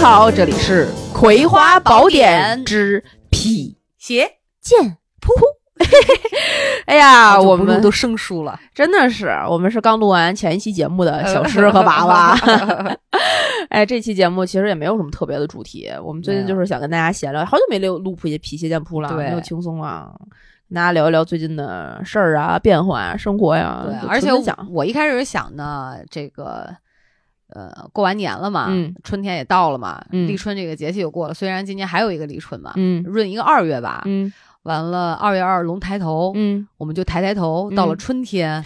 好，这里是《葵花宝典》之辟鞋剑谱。 哎呀，我我们们都生疏了，真的是，我们是刚录完前一期节目的小诗和娃娃。 哎，这期节目其实也没有什么特别的主题，我们最近没有就是想跟大家闲聊，好久没录录皮皮鞋店铺了，对又轻松了，跟大家聊一聊最近的事儿啊、变化啊、生活呀、对就，而且纯分享我一开始想呢，这个呃，过完年了嘛，嗯春天也到了嘛，嗯立春这个节气就过了。虽然今年还有一个立春嘛，嗯闰一个二月吧，嗯完了二月二龙抬头，嗯，我们就抬抬头，嗯到了 春天，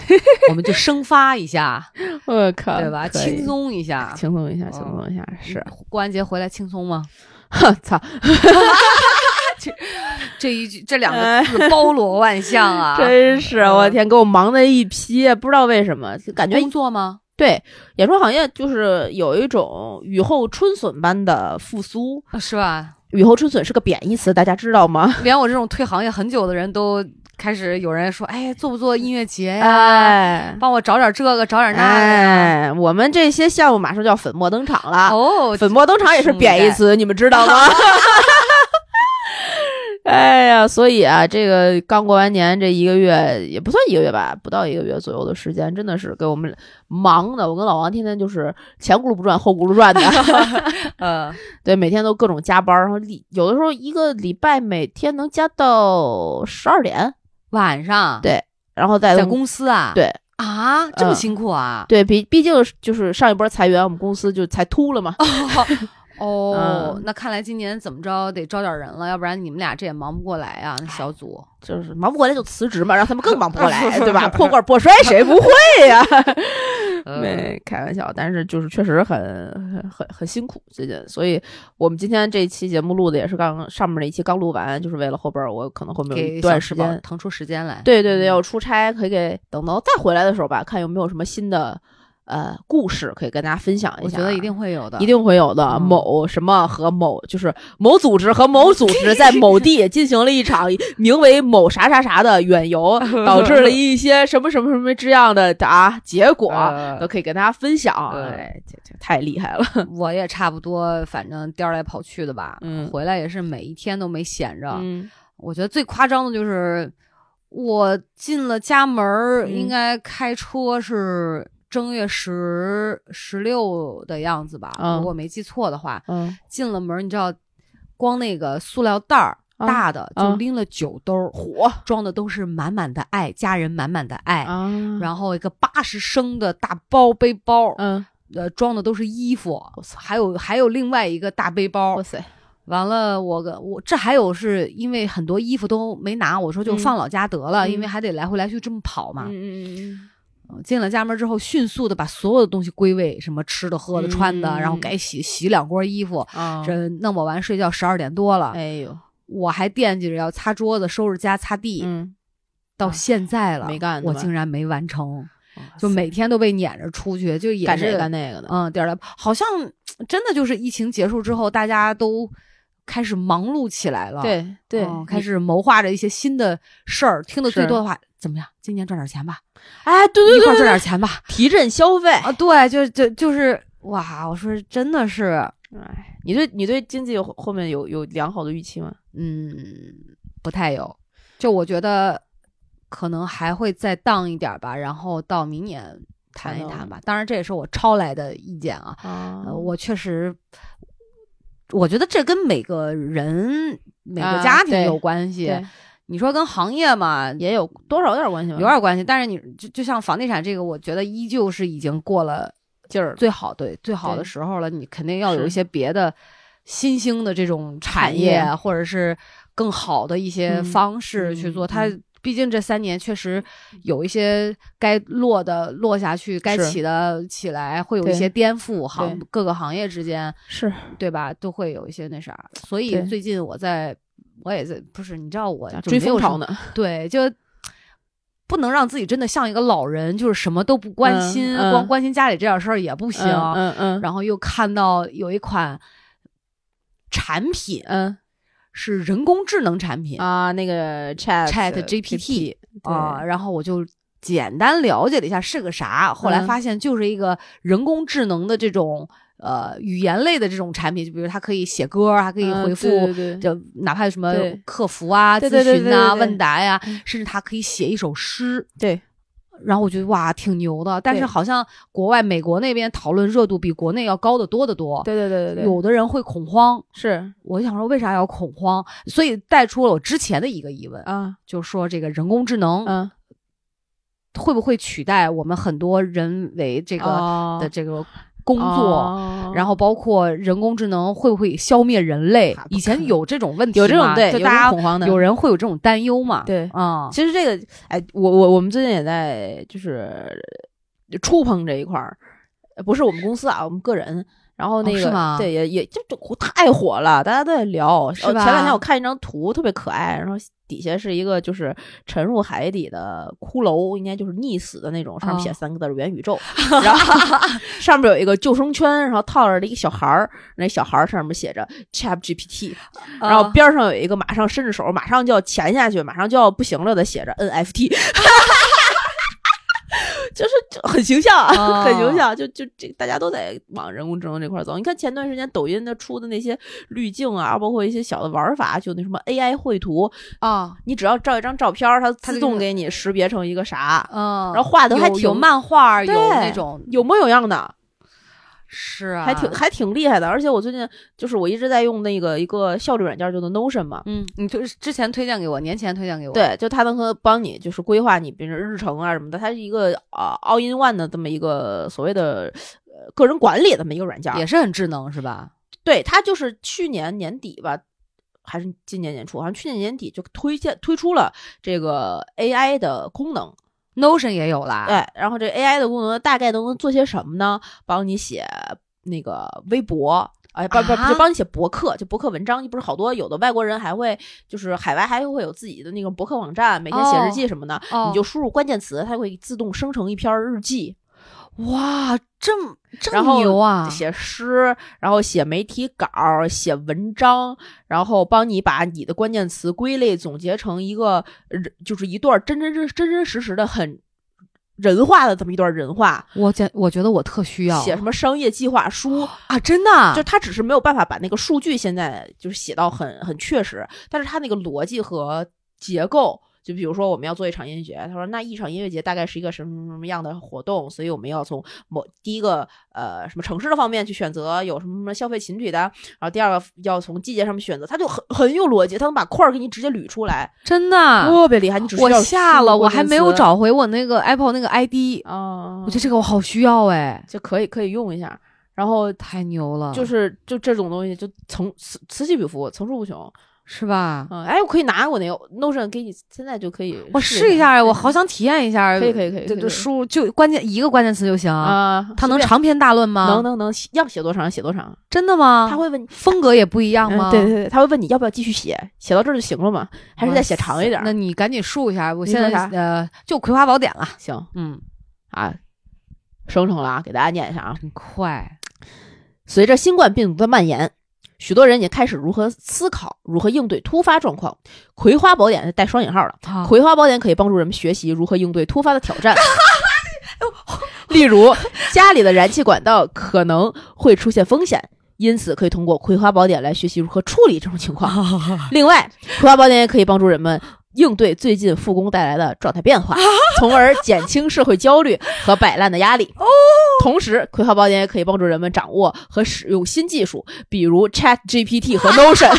我们就生发一下，我靠，对吧？啊可以轻松一下，轻松一下，嗯轻松一下，是， 过完节回来轻松吗？哼，操，这一句这两呃个字包罗万 象啊，哎真是，嗯哎我的天，给我忙的一批，不知道为什么，就感觉工作吗？对演出行业就是有一种雨后春笋般的复苏。啊是吧？雨后春笋是个贬义词，大家知道吗？连我这种退行业很久的人都开始有人说，哎，做不做音乐节呀、哎帮我找点这个，找点那个呀。哎，我们这些项目马上就要粉墨登场了。哦，粉墨登场也是贬义词，你们知道吗？ 哎呀，所以啊，这个刚过完年这一个月也不算一个月吧，不到一个月左右的时间，真的是给我们忙的。我跟老王天天就是前轱辘不转后轱辘转的， 呃，对，每天都各种加班，然后礼有的时候一个礼拜每天能加到十二点，晚上对然后再在公司啊，对啊，这么嗯辛苦啊？对毕毕竟就是上一波裁员，我们公司就裁秃了嘛。 哦嗯，那看来今年怎么着得招点人了，要不然你们俩这也忙不过来啊，哎那小组。就是忙不过来就辞职嘛，让他们更忙不过 来，对吧？破罐破摔谁不会呀、嗯 呃没开玩笑，但是就是确实很很很很辛苦最近，所以我们今天这一期节目录的也是刚上面那一期刚录完，就是为了后边我可能后面有给一小段石时宝间，腾出时间来。对对对，嗯要出差，可以给等到再回来的时候吧，看有没有什么新的呃故事可以跟大家分享一我下。觉得一定会有的，一定会有的。嗯某什么和某就是某组织和某组织在某地 进行了一场名为某啥啥啥的远 游，导致了一些什么什么什么这样的啊结果，都呃可以跟大家分享。呃哎，这这太厉害了。我也差不多，反正颠儿来跑去的吧。嗯回来也是每一天都没闲着。嗯我觉得最夸张的就是我进了家门儿，嗯应该开车是正月十十六的样子吧，嗯如果没记错的话。嗯，进了门儿，你知道，光那个塑料袋儿。啊大的就啊拎了九兜儿， 火装的都是满满的爱，家人满满的爱。啊，然后一个八十升的大包背包，嗯，呃，装的都是衣服我，操还有还有另外一个大背包哇。塞，完了，我个我这还有是因为很多衣服都没拿，我说就嗯放老家得了，嗯因为还得来回来去这么跑嘛。嗯嗯进了家门之后，迅速的把所有的东西归位，什么吃的、喝的、嗯穿的，然后该洗洗两锅衣服。嗯啊，这弄我完睡觉十二点多了，哎呦，我还惦记着要擦桌子、收拾家、擦地，嗯，到啊现在了，没干呢我吧竟然没完成，就就没每天都被撵着出去，就也嗯干这是个干那个的。嗯，点儿来，好像真的就是疫情结束之后，大家都开始忙碌起来了。对对嗯，开始谋划着一些新的事儿。听的最是多的话，怎么样？今年赚点 钱吧，哎，对对一对块儿对赚对，点钱吧。提振消费。啊，对，就就就是哇，我说真的是，哎，你对你对经济后后面有有良好的预期吗？嗯，不太有。就我觉得可能还会再荡一点儿吧，然后到明年谈一谈到谈吧。当然，这也是我抄来的意见啊。啊呃，我确实，我觉得这跟每个人、每个啊家庭对有关系。对你说跟行业嘛，也有多少有点关系吧，有点关系，但是你就就像房地产这个，我觉得依旧是已经过了劲儿了。最好对最好的对时候了，你肯定要有是一些别的新兴的这种产产业，啊业或者是更好的一些嗯方式去嗯做、嗯它。毕竟这三年确实有一些该落的落下去，该是起的起来，会有一对些颠覆行对各个行业之间。是对吧？都会有一些那啥，所以对最近我在，我也在，不是你知道我就追没有风潮什么，呢，对，就不能让自己真的像一个老人，就是什么都不关嗯心，嗯光关心家里这点事儿也不不行。嗯嗯然后又看到有一款产品嗯是人工智能产品嗯啊，那个 Chat Chat GPT GPT 啊对然后我就。简单了解了一下是个啥，后来嗯发现就是一个人工智能的这种呃语言类的这种产品，就比如它可以写歌，还可以嗯回复。对对对就哪怕有什么对客服啊、对咨对对询对对啊、对嗯问答呀、甚至它可以写一首诗。对，然后我觉得哇，挺牛的。但是对好像国外、美国那边讨论热度比国内要高得多得多。对对对对对，有的人会恐慌，是我就想说为啥要恐慌？所以带出了我之前的一个疑问，啊就是说这个人工智能嗯会不会取代我们很多人为这这个哦的这个工作？作然后后包括人工智能会不会消灭人类啊？不以前可有这种问题吗，有这种对就有这大种家恐慌的有人会有这种担忧嘛？对啊，其实这个，哎，我我我们最近也在就是呃触碰这一块儿，呃不是我们公司啊，我们个人。然后那哦是个、吗对也也就就太火了，大家都在聊。是呃吧前两天我看一张图特别可爱，然后底下是一个就是沉入海底的骷髅，应该就是溺死的那种，上面写哦三个字儿“元宇宙”， 然后上面有一个救生圈，然后套着一个小孩儿，那小孩儿上面写着 Chat GPT，然后啊边上有一个马上伸着手，马上就要潜下去，马上就要不行了的，写着 NFT，就是就很形象啊， 哦很形象。就就这，大家都在往人工智能这块儿走。你看前段时间抖音它出的那些滤镜啊，包括一些小的玩法，就那什么 AI 绘图，啊你只要照一张照片儿，它它自就动是给你识别成一个啥，嗯，然后画的还有挺有啊漫画儿，有对那种有模有样的。是啊，还挺还挺厉害的。而且我最近就是我一直在用那个一个效率软件，叫做 Notion 嘛。嗯，你就是之前推荐给我，年前推荐给我，对，就它能和帮你就是规划你，比如日程啊什么的，它是一个啊、all in one 的这么一个所谓的呃个人管理的这么一个软件儿。也是很智能是吧？对，它就是去年年底吧，还是今年年初，好像去年年底就推荐推出了这个 AI 的功能。 Notion 也有啦，对，然后这 AI 的功能大概都能做些什么呢？帮你写那个微博。哎，不不，啊就帮你写博客，就博客文章，不是好多有的外国人还会，就是海外还会有自己的那个博客网站，每天写哦日记什么的，哦你就输入关键词，它会自动生成一篇日记，哇，这么这然么后牛啊！写诗，然后写媒体稿，写文章，然后帮你把你的关键词归类总结成一个，呃就是一段真真真真真实实的很人话的这么一段人话，我觉我觉得我特需要写什么商业计划书，啊，真的啊就他只是没有办法把那个数据现在就是写到很很确实，但是他那个逻辑和结构。就比如说，我们要做一场音乐节，他说那一场音乐节大概是一个什么什么什么样的活动，所以我们要从某第一个呃什么城市的方面去选择有什么什么消费群体的，然后第二个要从季节上面选择，他就很很有逻辑，他能把块儿给你直接捋出来，真的啊。特别厉害。你只需我要下输入了，我关还键没有词找回我那个 Apple 那个 ID，啊，我觉得这个我好需要哎，就可以可以用一下，然后太牛了，嗯就是就这种东西就层此此起彼伏，层出不穷。是吧？嗯，哎，我可以拿我那个 Notion 给你，现在就可以我试一一下哎，我好想体验一下，嗯可以可以可以可对以对，输入就关键一个关键词就行，啊，它能随便长篇大论吗？能能能要写多长写多长，真的吗？他会问你。风格也不一样嗯，吗？对对对，他会问你要不要继续写，写到这儿就行了嘛，还是再写长一点儿？那你赶紧输一下，我你现说在啥呃，就《葵花宝典》了。行嗯，啊，生成了啊，给大家念一下啊。很快。随着新冠病毒的蔓延，许多人也开始如何思考如何应对突发状况。《葵花宝典》带双引号了，啊《葵花宝典》可以帮助人们学习如何应对突发的挑战。例如，家里的燃气管道可能会出现风险，因此可以通过《葵花宝典》来学习如何处理这种情况。另外，《葵花宝典》也可以帮助人们应对最近复工带来的状态变化，从而减轻社会焦虑和摆烂的压力。哦，同时，《葵花宝典》也可以帮助人们掌握和使用新技术，比如 Chat GPT 和 Notion，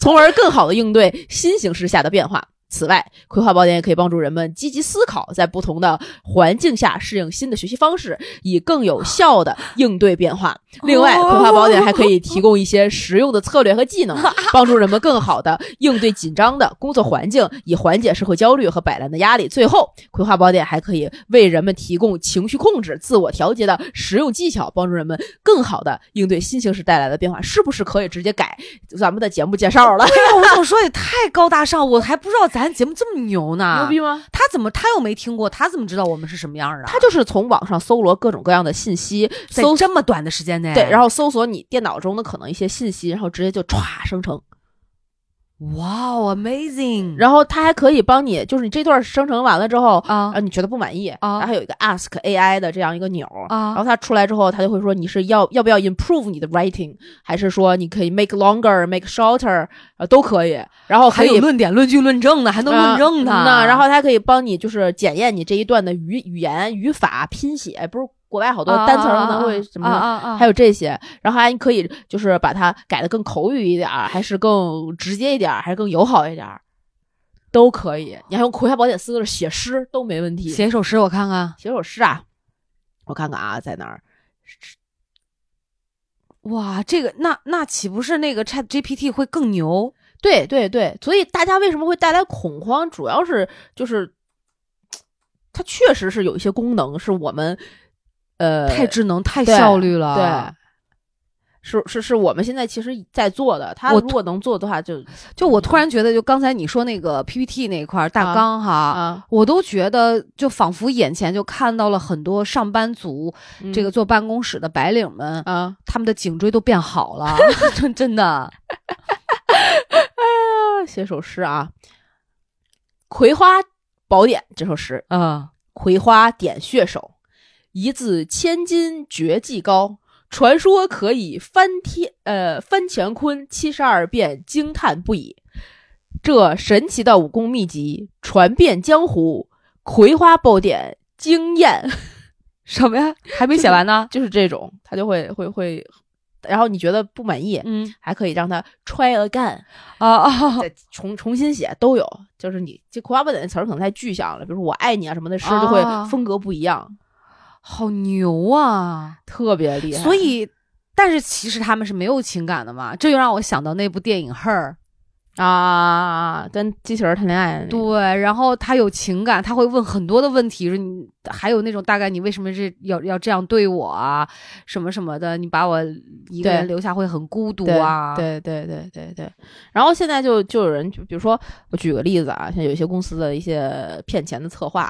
从而更好的应对新形势下的变化。此外，《葵花宝典》也可以帮助人们积极思考，在不同的环境下适应新的学习方式，以更有效的应对变化。另外，《葵花宝典》还可以提供一些实用的策略和技能，帮助人们更好的应对紧张的工作环境，以缓解社会焦虑和摆烂的压力。最后，《葵花宝典》还可以为人们提供情绪控制、自我调节的实用技巧，帮助人们更好的应对新形势带来的变化。是不是可以直接改咱们的节目介绍 了？对呀，我想说也太高大上，我还不知道咱节目这么牛呢。牛逼！吗？他怎么他又没听过？他怎么知道我们是什么样的？他就是从网上搜罗各种各样的信息，在哎搜这么短的时间内，对，然后嗯后搜索你电脑中的可能一些信息，然后直接就歘生成。哇、哦 amazing！然后它还可以帮你，就是你这段生成完了之后，啊啊，你觉得不满意，啊然后有一个 Ask AI 的这样一个钮，呃然啊后它出来之后，它就会说你是要要不要 improve 你的 writing，还是说你可以 make longer、make shorter，呃，都可以。然后可还有以论点、论据、论证呢，还能论证啊呢。那然后它可以帮你就是检验你这一段的语语言、语法、拼写，不是国外好多单词儿可能会什么啊的。啊啊啊，还有有这些，然后还可以就是把它改的更口语一点儿，还是更直接一点儿，还是更友好一点儿，都可以。你还用葵花宝典四个字写诗都没问题。写一首诗我看看。写首诗啊，我看看啊，在哪儿？哇，这个那那岂不是那个 Chat GPT 会更牛？对对对，所以大家为什么会带来恐慌，主要是就是它确实是有一些功能是我们呃太智能、太对效率了。对。是是是我们现在其实在做的，它我如果能做的话就就我突然觉得，就刚才你说那个 PPT 那一块儿大啊纲哈，啊，我都觉得就仿佛眼前就看到了很多上班族，这个坐办公室的白领们，啊，他们的颈椎都变好了， 真真的。啊写首诗啊，《葵花宝典》这首诗嗯，葵花点穴手，一字千金绝技高。传说可以翻天，呃，翻乾坤七十二变，惊叹不已。这神奇的武功秘籍传遍江湖，《葵花宝典》惊艳，什么呀？还没写完呢。就是这种，他就会会会，然后你觉得不满意，嗯还可以让他 try again，啊啊再重重新写都有。就是你这《葵花宝典》的词儿可能太具象了，比如说我爱你啊什么的诗，就会啊风格不一样，好牛啊！特别厉害。所以，但是其实他们是没有情感的嘛，这又让我想到那部电影《Her 啊，跟机器人谈恋爱的》。那个，对，然后他有情感，他会问很多的问题，说你还有那种大概你为什么这要要这样对我啊，什么什么的，你把我一个对人留下会很孤独对啊。对对对对对。然后现在就就有人，就比如说我举个例子啊，像有一些公司的一些骗钱的策划，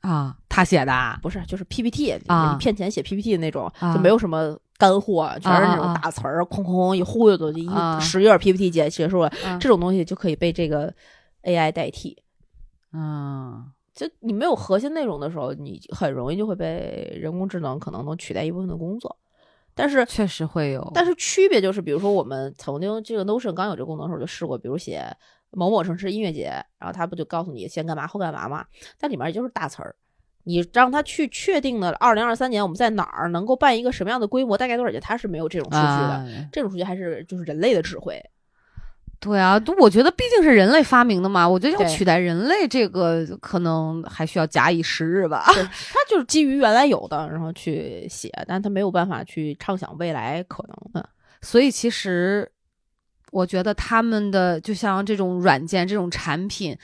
啊，他写的啊不是就是 PPT 啊你骗钱写 PPT 的那种，啊就没有什么干货，全是那啊啊种啊大词儿，哐哐一忽悠的，就一啊十页 PPT 结结束了，啊这种东西就可以被这个 AI 代替。嗯，就你没有核心内容的时候，你很容易就会被人工智能可能能取代一部分的工作，但是确实会有，但是区别就是，比如说我们曾经这个 Notion 刚有这个功能的时候就试过，比如写某某城市音乐节，然后它不就告诉你先干嘛后干嘛嘛，但里面也就是大词儿。你让他去确定的，二零二三年我们在哪儿能够办一个什么样的规模，大概多少钱，他是没有这种数据的。啊这种数据还是就是人类的智慧。对啊，都我觉得毕竟是人类发明的嘛，我觉得要对取代人类这个，可能还需要假以时日吧。它就是基于原来有的，然后去写，但它没有办法去畅想未来可能的。所以其实，我觉得他们的就像这种软件、这种产品，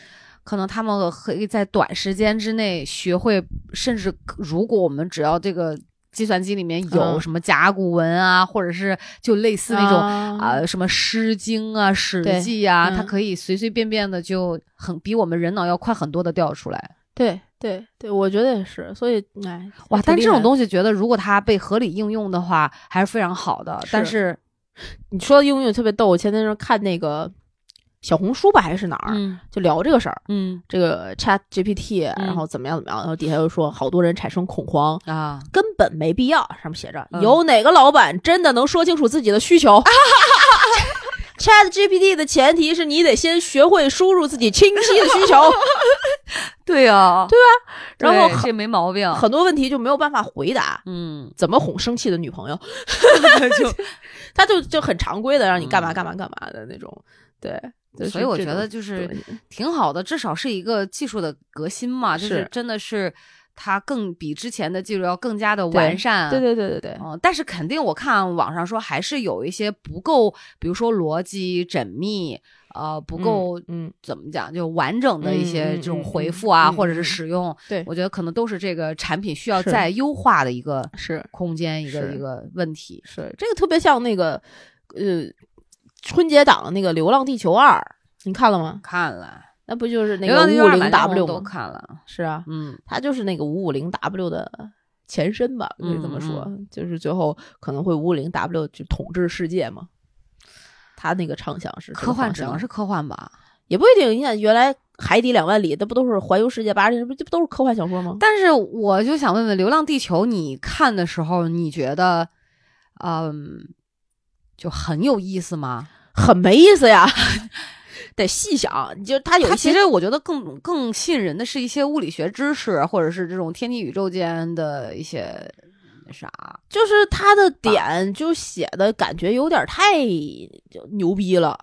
可能他们可以在短时间之内学会，甚至如果我们只要这个计算机里面有嗯什么甲骨文啊，或者是就类似那种啊、什么《诗经》啊、《史对记》啊，它嗯可以随随便便的就很比我们人脑要快很多的调出来。对对对，我觉得也是。所以，哎，哇！但这种西。东西，觉得如果它被合理应用的话，还是非常好的。但是，你说的应用特别逗，我前天时候看那个小红书吧还是哪儿，嗯就聊这个事儿，嗯这个 Chat GPT，然后怎么样怎么样，然后底下又说好多人产生恐慌，啊，根本没必要，上面写着、嗯有哪个老板真的能说清楚自己的需求。Chat GPT 的前提是你得先学会输入自己清晰的需求，对呀， 对吧？然后很这没毛病。很多问题就没有办法回答。嗯，怎么哄生气的女朋友？ 就嗯他就就很常规的让你干嘛干嘛干嘛的那种，对。就是所以我这觉种得就是嗯东西挺好的，至少是一个技术的革新嘛，就是是真的是它更比之前的技术要更加的对完善。对对对对对，嗯，但是肯定我看网上说还是有一些不够，比如说逻辑缜密，呃，不够、嗯，怎么讲，就完整的一些嗯嗯这种嗯回嗯复啊，嗯或者是嗯使用，对我觉得可能都是这个产品需要是再优化的一个是空间，一个是一个问题。是，这个特别像那个呃春节档的那个《流浪地球二》，你看了吗？看了，那不就是那流浪个地五球五二零满江红 W 都吗？看了，是啊，嗯，它就是那个五五零 W 的前身吧，嗯可以这么说，就是最后可能会五五零 W 就统治世界嘛。他那个畅想是这个科幻方只向能是科幻吧。也不一定。你想原来《海底两万里》那不都是环游世界八十天，这不这不都是科幻小说吗？但是我就想问问，《流浪地球》你看的时候，你觉得，嗯，就很有意思吗？很没意思呀， 得细想。你就他有它一其些实我觉得更更吸引人的是一些物理学知识，或者是这种天体宇宙间的一些啥。就是他的点就写的感觉有点太就牛逼了。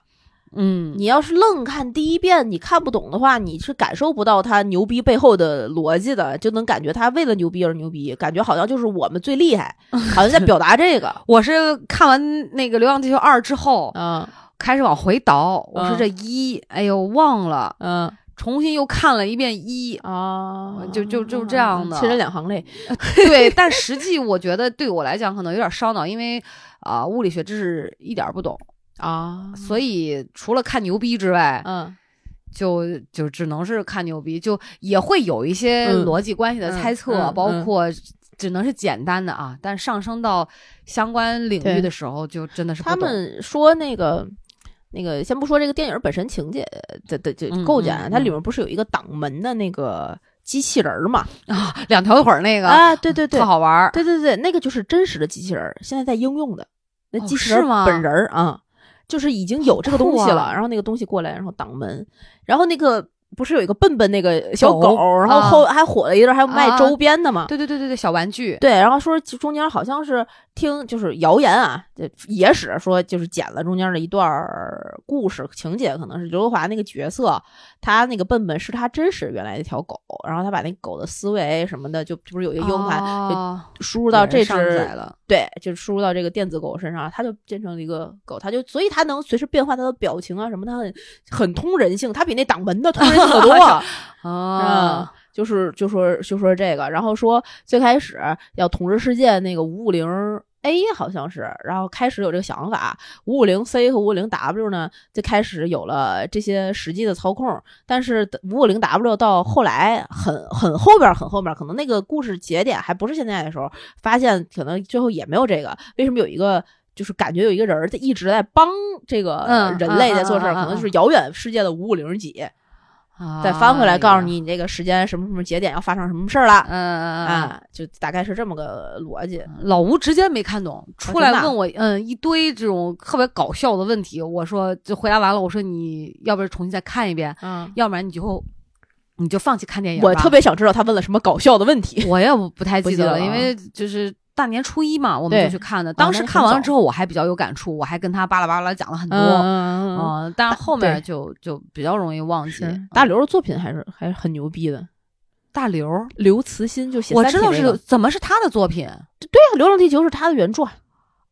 嗯，你要是愣看第一遍，你看不懂的话，你是感受不到他牛逼背后的逻辑的，就能感觉他为了牛逼而牛逼，感觉好像就是我们最厉 害，好像在表达这个。我是看完那个《流浪地球二》之后，嗯开始往回倒，我说嗯这一，哎呦忘了，嗯重新又看了一遍一。啊就就就这样的亲人嗯两行泪。 对，但实际我觉得对我来讲可能有点烧脑，因为啊、物理学知识一点儿不懂。啊所以除了看牛逼之外，嗯就就只能是看牛逼，就也会有一些嗯逻辑关系的猜测，嗯嗯包嗯括只能是简单的啊。但上升到相关领域对的时候，就真的是不他懂们说那个。那个先不说这个电影本身情节的的这嗯构架嗯，嗯它里面不是有一个挡门的那个机器人儿嘛？啊，两条腿儿那个、啊，对对对特，好玩儿。对对对，那个就是真实的机器人儿，现在在应用的那哦机器是人吗儿本人儿啊、就是已经有这个东西酷啊了，然后那个东西过来，然后挡门，然后那个不是有一个笨笨那个小狗，狗啊然后后、还火了一段，还卖周边的嘛。对对对对对，小玩具，对，然后说中间好像是听就是谣言啊，这野史说就是剪了中间的一段儿故事情节，可能是刘德华那个角色，他那个笨笨是他真实原来的一条狗，然后他把那个狗的思维什么的，就不是有一个 U 盘、哦输入到有人这上只载了，对，就输入到这个电子狗身上，它就变成了一个狗，它就所以它能随时变化它的表情啊什么，它很很通人性，它比那挡门的通人性 可多。啊，就是就说就说这个，然后说最开始要统治世界那个五五零 A 好像是，然后开始有这个想法，五五零 C 和五五零 W 呢就开始有了这些实际的操控，但是五五零 W 到后来很很后边儿很后边儿，可能那个故事节点还不是现在的时候，发现可能最后也没有这个，为什么有一个？就是感觉有一个人儿在一直在帮这个嗯人类在做事儿，嗯嗯嗯可能就嗯是遥远世界的五五零几，啊再翻回来告诉，你，你这个时间什么什么节点要发生什么事儿哎呀了嗯嗯嗯。啊，就大概是这么个逻辑。老吴直接没看懂，出来真的啊问我，嗯，一堆这种特别搞笑的问题。我说就回答完了，我说你要不然重新再看一遍，嗯，哎要不然你就你就放弃看电影吧。我特别想知道他问了什么搞笑的问题。我也不太记不记得得了，了啊因为就是大年初一嘛，我们对就去看的。当时看完了之后，我还比较有感触，我还跟他巴拉巴拉讲了很多。 嗯嗯，但是后面对就就比较容易忘记。是嗯大刘的作品还是还是很牛逼的。大刘儿，刘慈欣就写我三体知道那是个怎么是他的作品对啊，《流浪地球》是他的原著啊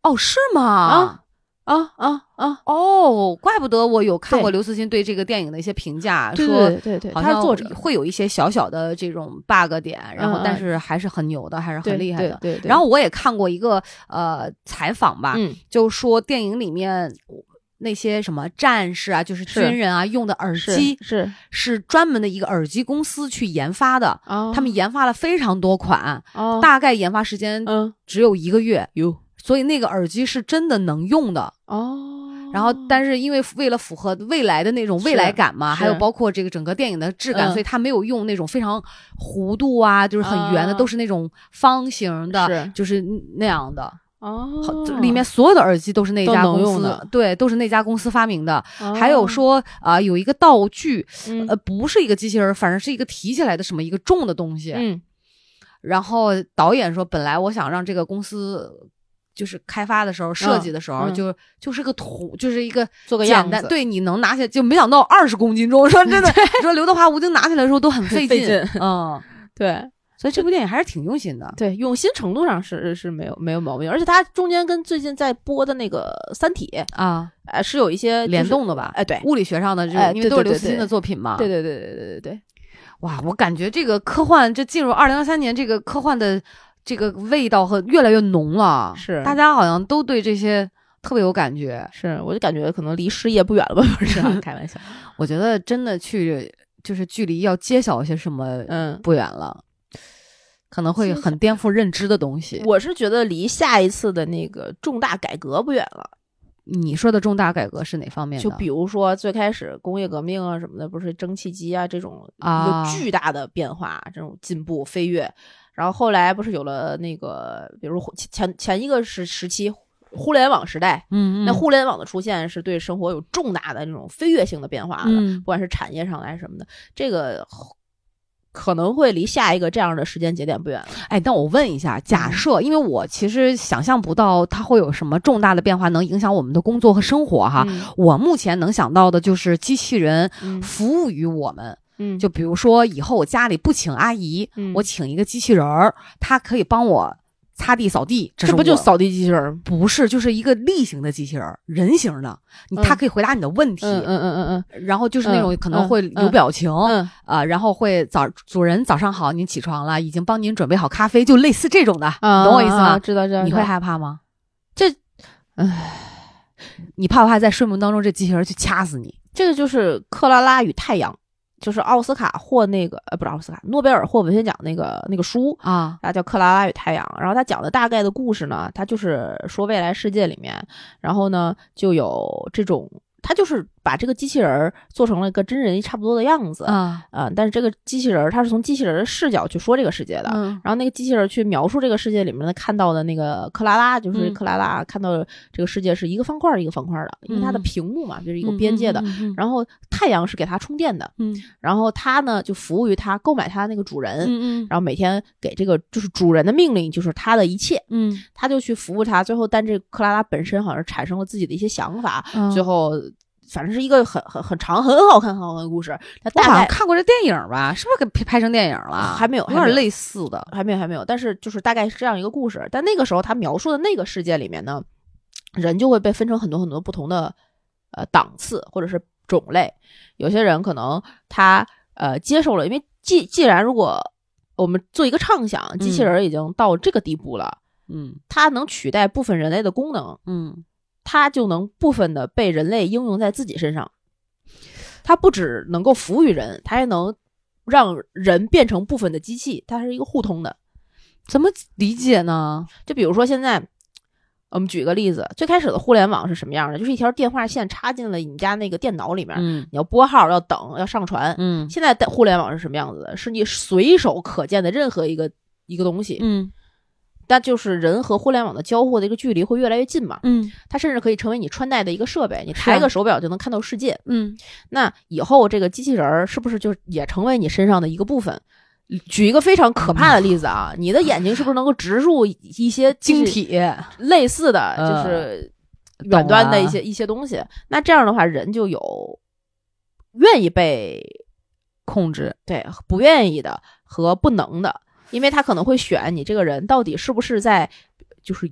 哦，是吗？啊啊啊啊！哦，怪不得我有看过对刘慈欣对这个电影的一些评价，对说对对对，好他像是作者，会有一些小小的这种 bug 点，然后嗯嗯但是还是很牛的，还是对很厉害的。对对对，然后我也看过一个呃采访吧，嗯，就说电影里面那些什么战士啊，就是是军人啊用的耳机是是是专门的一个耳机公司去研发的，啊他们研发了非常多款，啊大概研发时间嗯只有一个月，有所以那个耳机是真的能用的。哦，然后，但是因为为了符合未来的那种未来感嘛，是还有包括这个整个电影的质感，嗯所以他没有用那种非常弧度啊，就是很圆的，啊都是那种方形的，是就是嗯那样的。好哦就，里面所有的耳机都是那家都能公用司的，对，都是那家公司发明的。哦还有说啊、有一个道具，嗯呃，不是一个机器人，反正是一个提起来的什么一个重的东西。嗯然后导演说，本来我想让这个公司。就是开发的时候、设计的时候，嗯就就是个图，就是一个做个简样单，子，对，你能拿下，就没想到二十公 斤重。我说真的，你说刘德华、吴京拿起来的时候都很费费劲，劲 嗯，对。所以这部电影还是挺用心的。对，用心程度上是是没有没有毛病，而且它中间跟最近在播的那个《三体》啊，呃是有一些、就是、联，动的啊吧？哎对物理学上的这哎种，因为对都对是刘对慈欣对的作品嘛。对对对对对对对，哇，我感觉这个科幻，这进入二零二三年，这个科幻的这个味道和越来越浓了。是大家好像都对这些特别有感觉。是，我就感觉可能离失业不远了吧，不是啊、开 玩笑，我觉得真的去，就是距离要揭晓一些什么嗯，不远了，可能会揭晓很颠覆认知的东西。我是觉得离下一次的那个重大改革不远了，你说的重大改革是哪方面就的？比如说最开始工业革命啊什么的，不是蒸汽机啊这种一啊个巨大的变化，这种进步飞跃。然后后来不是有了那个，比如前前前一个时时期互联网时代，嗯，嗯那互联网的出现是对生活有重大的那种飞跃性的变化的，嗯不管是产业上来什么的，这个可能会离下一个这样的时间节点不远了。哎，但我问一下，假设因为我其实想象不到它会有什么重大的变化能影响我们的工作和生活哈。嗯我目前能想到的就是机器人 嗯服务于我们，嗯，就比如说以后我家里不请阿姨，嗯我请一个机器人儿，它可以帮我擦地扫地，这这不就扫？扫地机器人吗？不是，就是一个例行的机器人儿，人形的，你它嗯可以回答你的问题，嗯嗯嗯嗯然后就是那种嗯可能嗯会有嗯表情啊、嗯然后会早主人早上好，您起床了，已经帮您准备好咖啡，就类似这种的，嗯，你懂我意思啊吗？知道知道，你知会道害怕吗？这，唉，你怕不怕在睡梦当中这机器人去掐死你？这个就是《克拉拉与太阳》，就是奥斯卡获那个呃不是奥斯卡，诺贝尔获文学奖那个那个书，啊它叫《克拉拉与太阳》。然后它讲的大概的故事呢，它就是说未来世界里面，然后呢就有这种，它就是把这个机器人儿做成了个真人差不多的样子，啊嗯、但是这个机器人儿它是从机器人儿的视角去说这个世界的，嗯然后那个机器人儿去描述这个世界里面的看到的那个克拉拉，就是嗯克拉拉看到这个世界是一个方块儿一个方块儿的，因为它的嗯屏幕嘛，就是有边界的。嗯然后太阳是给它充电的，嗯然后它呢就服务于它购买它那个主人，嗯嗯然后每天给这个就是主人的命令就是它的一切，嗯它就去服务它。最后，但这克拉拉本身好像是产生了自己的一些想法，嗯，最后。反正是一个很很很长、很好看、很好看的故事，它我大好像概看过这电影吧？是不是给拍拍成电影了？还没有有还点没有类似的。还没有还没有，但是就是大概是这样一个故事。但那个时候他描述的那个世界里面呢，人就会被分成很多很多不同的呃档次或者是种类。有些人可能他呃接受了，因为既既然如果我们做一个畅想，机器人已经到这个地步了，嗯它能取代部分人类的功能，嗯，它就能部分的被人类应用在自己身上。它不只能够服务于人，它还能让人变成部分的机器，它是一个互通的。怎么理解呢？就比如说现在，我们举个例子，最开始的互联网是什么样的？就是一条电话线插进了你家那个电脑里面，嗯你要拨号、要等、要上传。嗯现在的互联网是什么样子的？是你随手可见的任何一个一个东西，嗯但就是人和互联网的交互的一个距离会越来越近嘛。嗯它甚至可以成为你穿戴的一个设备，你是啊抬个手表就能看到世界。嗯那以后这个机器人儿是不是就也成为你身上的一个部分？嗯举一个非常可怕的例子啊，你的眼睛是不是能够植入一些晶体？体嗯类似的，就是远端的一些、一些东西。那这样的话，人就有愿意被控制，对不愿意的和不能的，因为他可能会选你这个人到底是不是在就是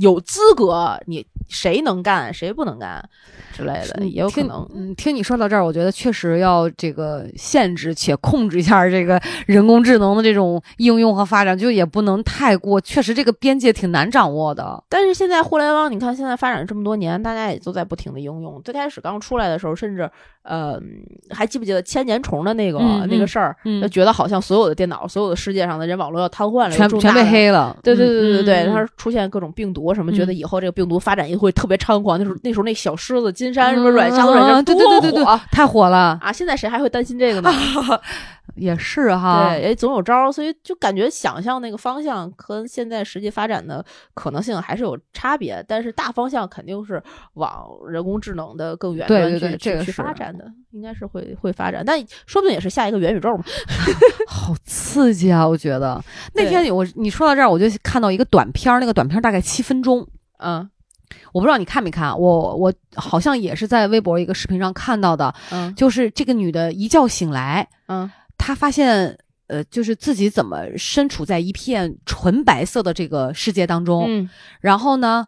有资格，你谁能干谁不能干之类的，嗯也有可听能。嗯，听你说到这儿，我觉得确实要这个限制且控制一下这个人工智能的这种应用和发展，就也不能太过，确实这个边界挺难掌握的。但是现在互联网，你看现在发展这么多年，大家也都在不停的应用。最开始刚出来的时候，甚至呃，还记不记得千年虫的那个、嗯那个嗯事儿？嗯就觉得好像所有的电脑、所有的世界上的人网络要瘫痪了，全要重大全的被。黑了，对对对对对对，嗯它、出现各种病毒什么，嗯觉得以后这个病毒发展也会特别猖狂。那时候那时候那小狮子金山什么嗯软箱子软嗯箱嗯对多对对对火啊！太火了，啊，现在谁还会担心这个 呢？也是哈。对，也总有招儿，所以就感觉想象那个方向和现在实际发展的可能性还是有差别，但是大方向肯定是往人工智能的更远对端去对对这去个去是发展的，应该是会会发展，但说不定也是下一个元宇宙嘛。好刺激啊！我觉得那对天我你说到这儿，我就看到一个短片儿，那个短片儿大概七分钟，嗯我不知道你看没看，我我好像也是在微博一个视频上看到的，嗯就是这个女的一觉醒来，嗯她发现呃，就是自己怎么身处在一片纯白色的这个世界当中，嗯然后呢，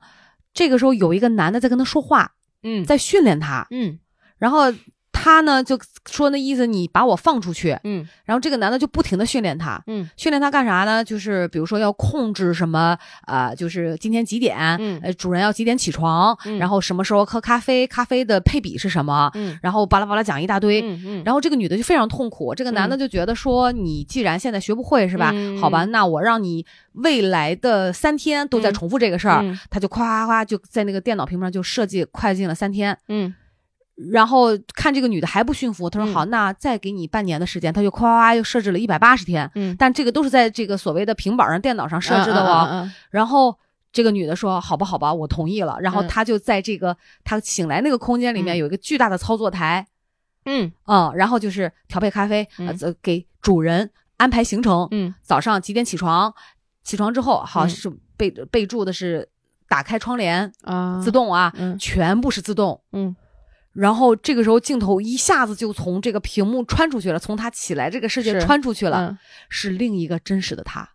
这个时候有一个男的在跟她说话，嗯在训练她，嗯然后。他呢就说那意思，你把我放出去。嗯然后这个男的就不停的训练他，嗯训练他干啥呢？就是比如说要控制什么，呃，就是今天几点，嗯呃，主人要几点起床，嗯然后什么时候喝咖啡，咖啡的配比是什么，嗯然后巴拉巴拉讲一大堆。嗯嗯，然后这个女的就非常痛苦，这个男的就觉得说，你既然现在学不会是吧？嗯好吧，那我让你未来的三天都在嗯重复这个事儿。嗯他就夸夸夸就在那个电脑屏幕上就设计快进了三天，嗯然后看这个女的还不驯服，他说嗯好，那再给你半年的时间，他就夸夸夸又设置了一百八十天，嗯但这个都是在这个所谓的平板上、电脑上设置的哦。嗯然后这个女的说：“好吧，好吧，我同意了。”然后嗯她就在这个她醒来那个空间里面嗯有一个巨大的操作台，嗯嗯，然后就是调配咖啡，呃嗯这给主人安排行程，嗯早上几点起床，起床之后好嗯是备备注的是打开窗帘啊自动啊，嗯全部是自动。嗯然后这个时候镜头一下子就从这个屏幕穿出去了，从她起来这个世界是嗯穿出去对了，是另一个真实的她。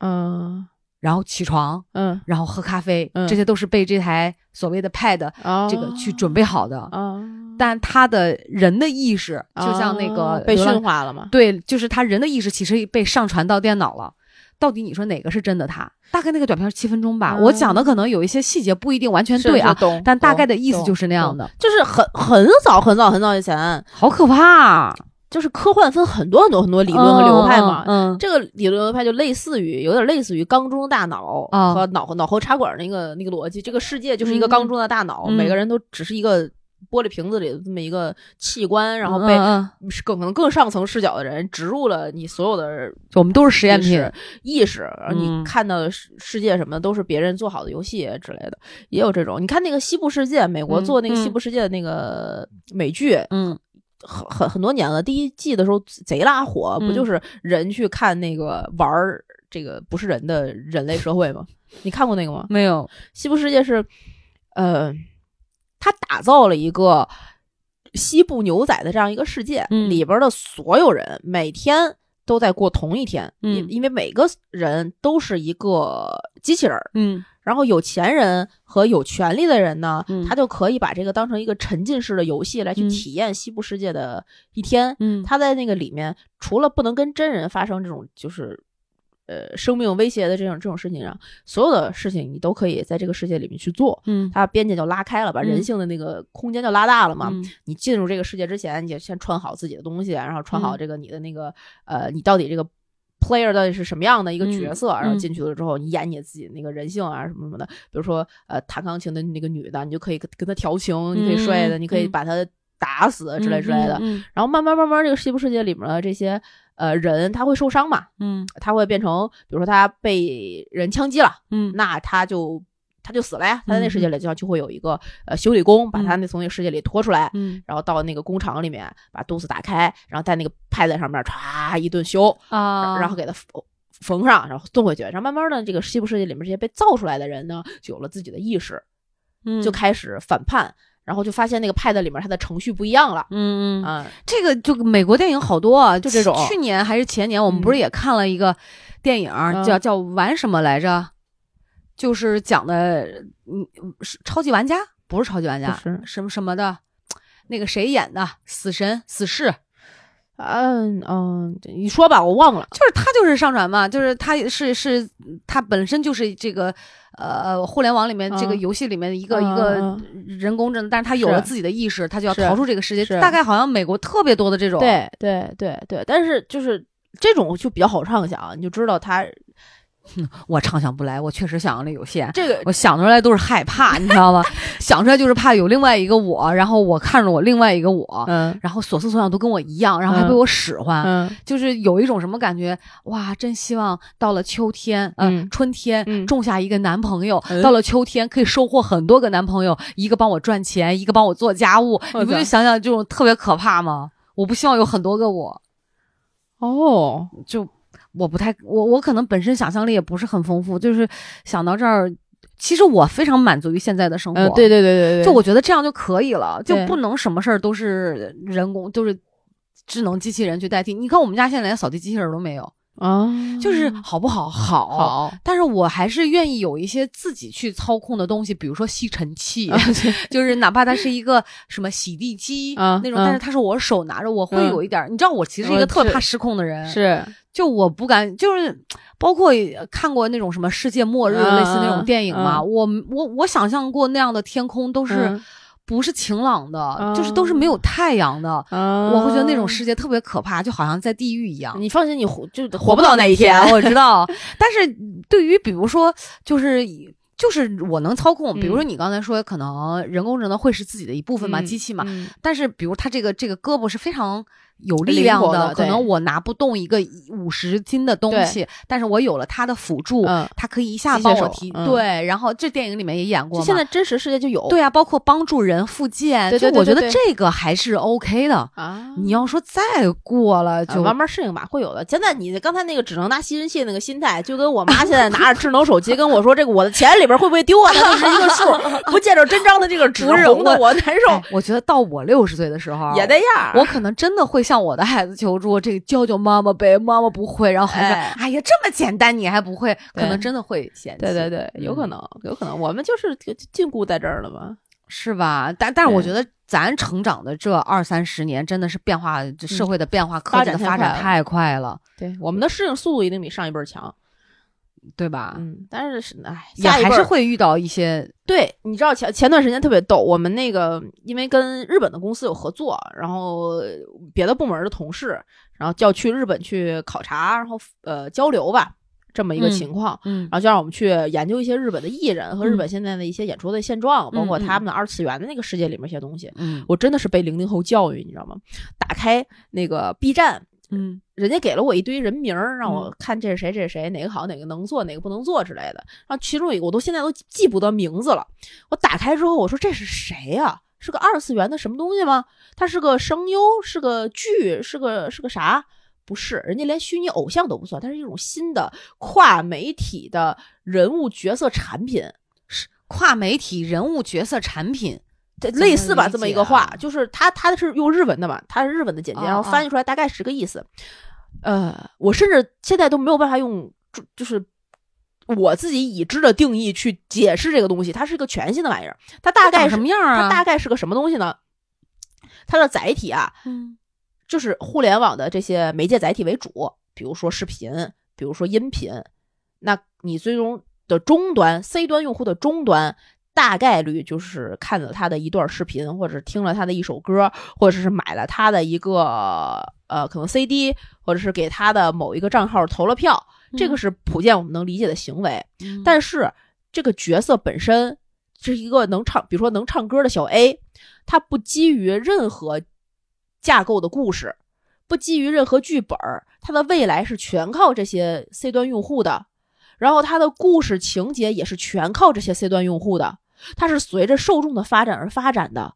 嗯然后起床，嗯然后喝咖啡，嗯这些都是被这台所谓的 Pad 啊这个去准备好的。啊，但他的人的意识，就像那个哦被流浪驯化了嘛，对，就是他人的意识其实被上传到电脑了。到底你说哪个是真的他？大概那个短片七分钟吧，啊我讲的可能有一些细节不一定完全对啊，懂，但大概的意思就是是那样的，就是很很早很早很早以前，好可怕、啊！就是科幻分很多很多很多理论和流派嘛。嗯，嗯这个理论流派就类似于，有点类似于缸中大脑啊和脑、脑后插管那个那个逻辑。这个世界就是一个缸中的大脑，嗯每个人都只是一个玻璃瓶子里的这么一个器官，然后被嗯嗯更可能更上层视角的人植入了你所有的嗯就我们都是实实验品，意识，然后嗯你看到的世世界什么的都是别人做好的游戏之类的，也有这种。你看那个《西部世界》，美国嗯做那个《嗯西部世界》的那个美剧，嗯很很很多年了。第一季的时候贼拉火，嗯不就是人去看那个玩儿这个不是人的人类社会吗？你看过那个吗？没有，西部世界是，呃，他打造了一个西部牛仔的这样一个世界，嗯里边的所有人每天都在过同一天，嗯因因为每个人都是一个机器人儿，嗯然后有钱人和有权利的人呢，嗯他就可以把这个当成一个沉浸式的游戏来去嗯体验西部世界的一天。嗯，他在那个里面，除了不能跟真人发生这种就是呃生命威胁的这种这种事情上，所有的事情你都可以在这个世界里面去做。嗯它边界就拉开了，把人嗯性的那个空间就拉大了嘛。嗯你进入这个世界之前，你就先穿好自己的东西，啊然后穿好嗯这个你的那个、呃，你到底这个 player 到底是什么样的一个角色，啊嗯然后嗯进去了之后，你演你自己那个人性啊什么什么的。比如说呃，弹钢琴的那个女的，你就可以跟跟她调情，你可以摔的，嗯你可以嗯把她打死啊之类之类的。嗯然后慢慢慢慢，这个西部世界里面的这些呃人，他会受伤嘛，嗯他会变成，比如说他被人枪击了。嗯嗯那他就他就死了呀。他在那嗯世界里就就会有一个呃修理工把嗯他那从那个世界里拖出来，嗯然后到那个工厂里面把肚子打开，然后在那个 pad 上面歘一顿修，啊，然后给他缝缝上，然后送回去。然后慢慢的，这个西部世界里面这些被造出来的人呢，就有了自己的意识，嗯就开始反叛，然后就发现那个 pad 里面它的程序不一样了。嗯嗯啊，这个就美国电影好多啊，就这种去年还是前年，我们不是也看了一个电影，嗯叫叫玩什么来着？就是讲的，嗯，是超级玩家，不是超级玩家，不是什么什么的，那个谁演的？死神、死哦侍，嗯嗯，你说吧，我忘了。就是他就是上传嘛，就是他是是他本身就是这个呃互联网里面嗯这个游戏里面一个、嗯一个嗯人工智能，但是他有了是自己的意识，他就要是逃出这个世界。是大概好像美国特别多的这种，，对对对对，但是就是这种就比较好畅想，啊你就知道他我畅想不来，我确实想象力有限。这个我想出来都是害怕，你知道吗？想出来就是怕有另外一个我，然后我看着我另外一个我，嗯然后所思所想都跟我一样，然后还被嗯我使唤，嗯就是有一种什么感觉？哇，真希望到了秋天，呃、嗯春天、嗯种下一个男朋友，嗯到了秋天可以收获很多个男朋友，一个帮我赚钱，一个帮我做家务，我你不操就想想这种特别可怕吗？我不希望有很多个我，哦，就我不太我我可能本身想象力也不是很丰富，就是想到这儿，其实我非常满足于现在的生活。嗯，对对对对对，就我觉得这样就可以了，就对不能什么事儿都是人工，都是智能机器人去代替。你看我们家现在连扫地机器人都没有，啊，就是好不好？好，嗯好但是我还是愿意有一些自己去操控的东西，比如说吸尘器，嗯 就是哪怕它是一个什么洗地机啊那种，啊但是它是我手拿着，我会有一点儿，你知道，我其实是嗯一我个特别是怕失控的人，是就我不敢，就是包括也看过那种什么世界末日嗯类似那种电影嘛，嗯我我我想象过那样的天空都是嗯不是晴朗的，嗯就是都是没有太阳的。啊，我会觉得那种世界特别可怕，就好像在地狱一样。你放心，你嗯活就活活不到那一天。啊我 知道。但是对于比如说，就是就是我能操控，嗯比如说你刚才说，可能人工智能会是自己的一部分嘛，嗯机器嘛。嗯但是比如它这个这个胳膊是非常有力量灵活的可对能我拿不动一个五十斤的东西，但是我有了它的辅助，嗯，它可以一下机械帮我手提。嗯对，然后这电影里面也演过就嘛。现在真实世界就有对啊，包括帮助人复健，对对就对我觉对得对这个还是 OK 的。啊你要说再过了啊就慢慢适应吧，会有的。现在你刚才那个只能拿吸尘器那个心态，就跟我妈现在拿着智能手机跟我说：“这个我的钱里边会不会丢啊？”它就是一个数，不见着真章的这个纸不是红的，我我难哎受，我觉得到我六十岁的时候也那样。我可能真的会向我的孩子求助，这个教教妈妈呗，妈妈不会，然后孩子，哎哎呀，这么简单你还不会，可对能真的会嫌弃，对对对，有可能，有可能，我们就是禁锢在这儿了嘛。是吧？但但是我对觉得咱成长的这二三十年真的是变化，这社会的变化，嗯科发技的展太发展快了太快了，对，我们的适应速度一定比上一辈儿强。对吧？嗯，但是是哎，也下一还辈是儿会遇到一些，对，你知道前前段时间特别逗，我们那个因为跟日本的公司有合作，然后别的部门的同事，然后就要去日本去考察，然后呃交流吧，这么一个嗯情况。嗯然后就让我们去研究一些日本的艺人和日本现在的一些演出的现状，包括嗯嗯他们的二次元的那个世界里面一些东西。嗯我真的是被零零后教育，你知道吗？打开那个 B 站，嗯人家给了我一堆人名儿，让我看这是谁，这是谁，哪个好，哪个能做，哪个不能做之类的。然后其中一个我都现在都记不得名字了。我打开之后，我说这是谁呀、是个二次元的什么东西吗？它是个声优，是个剧，是个是个啥？不是，人家连虚拟偶像都不算，它是一种新的跨媒体的人物角色产品，跨媒体人物角色产品，这怎么类似吧理这么解一个话啊，就是它它是用日文的嘛，它是日文的简介，哦然后翻译出来大概是个意思。呃，我甚至现在都没有办法用，就就是我自己已知的定义去解释这个东西，它是一个全新的玩意儿。它大概长是什么样啊？它大概是个什么东西呢？它的载体啊，嗯就是互联网的这些媒介载体为主，比如说视频，比如说音频。那你最终的终端 C 端用户的终端，大概率就是看了他的一段视频，或者是听了他的一首歌，或者是买了他的一个呃可能 CD，或者是给他的某一个账号投了票。这个是普遍我们能理解的行为。嗯但是这个角色本身是一个能唱，比如说能唱歌的小 A，他不基于任何架构的故事，不基于任何剧本儿，他的未来是全靠这些 C 端用户的，然后他的故事情节也是全靠这些 C 端用户的，它是随着受众的发展而发展的。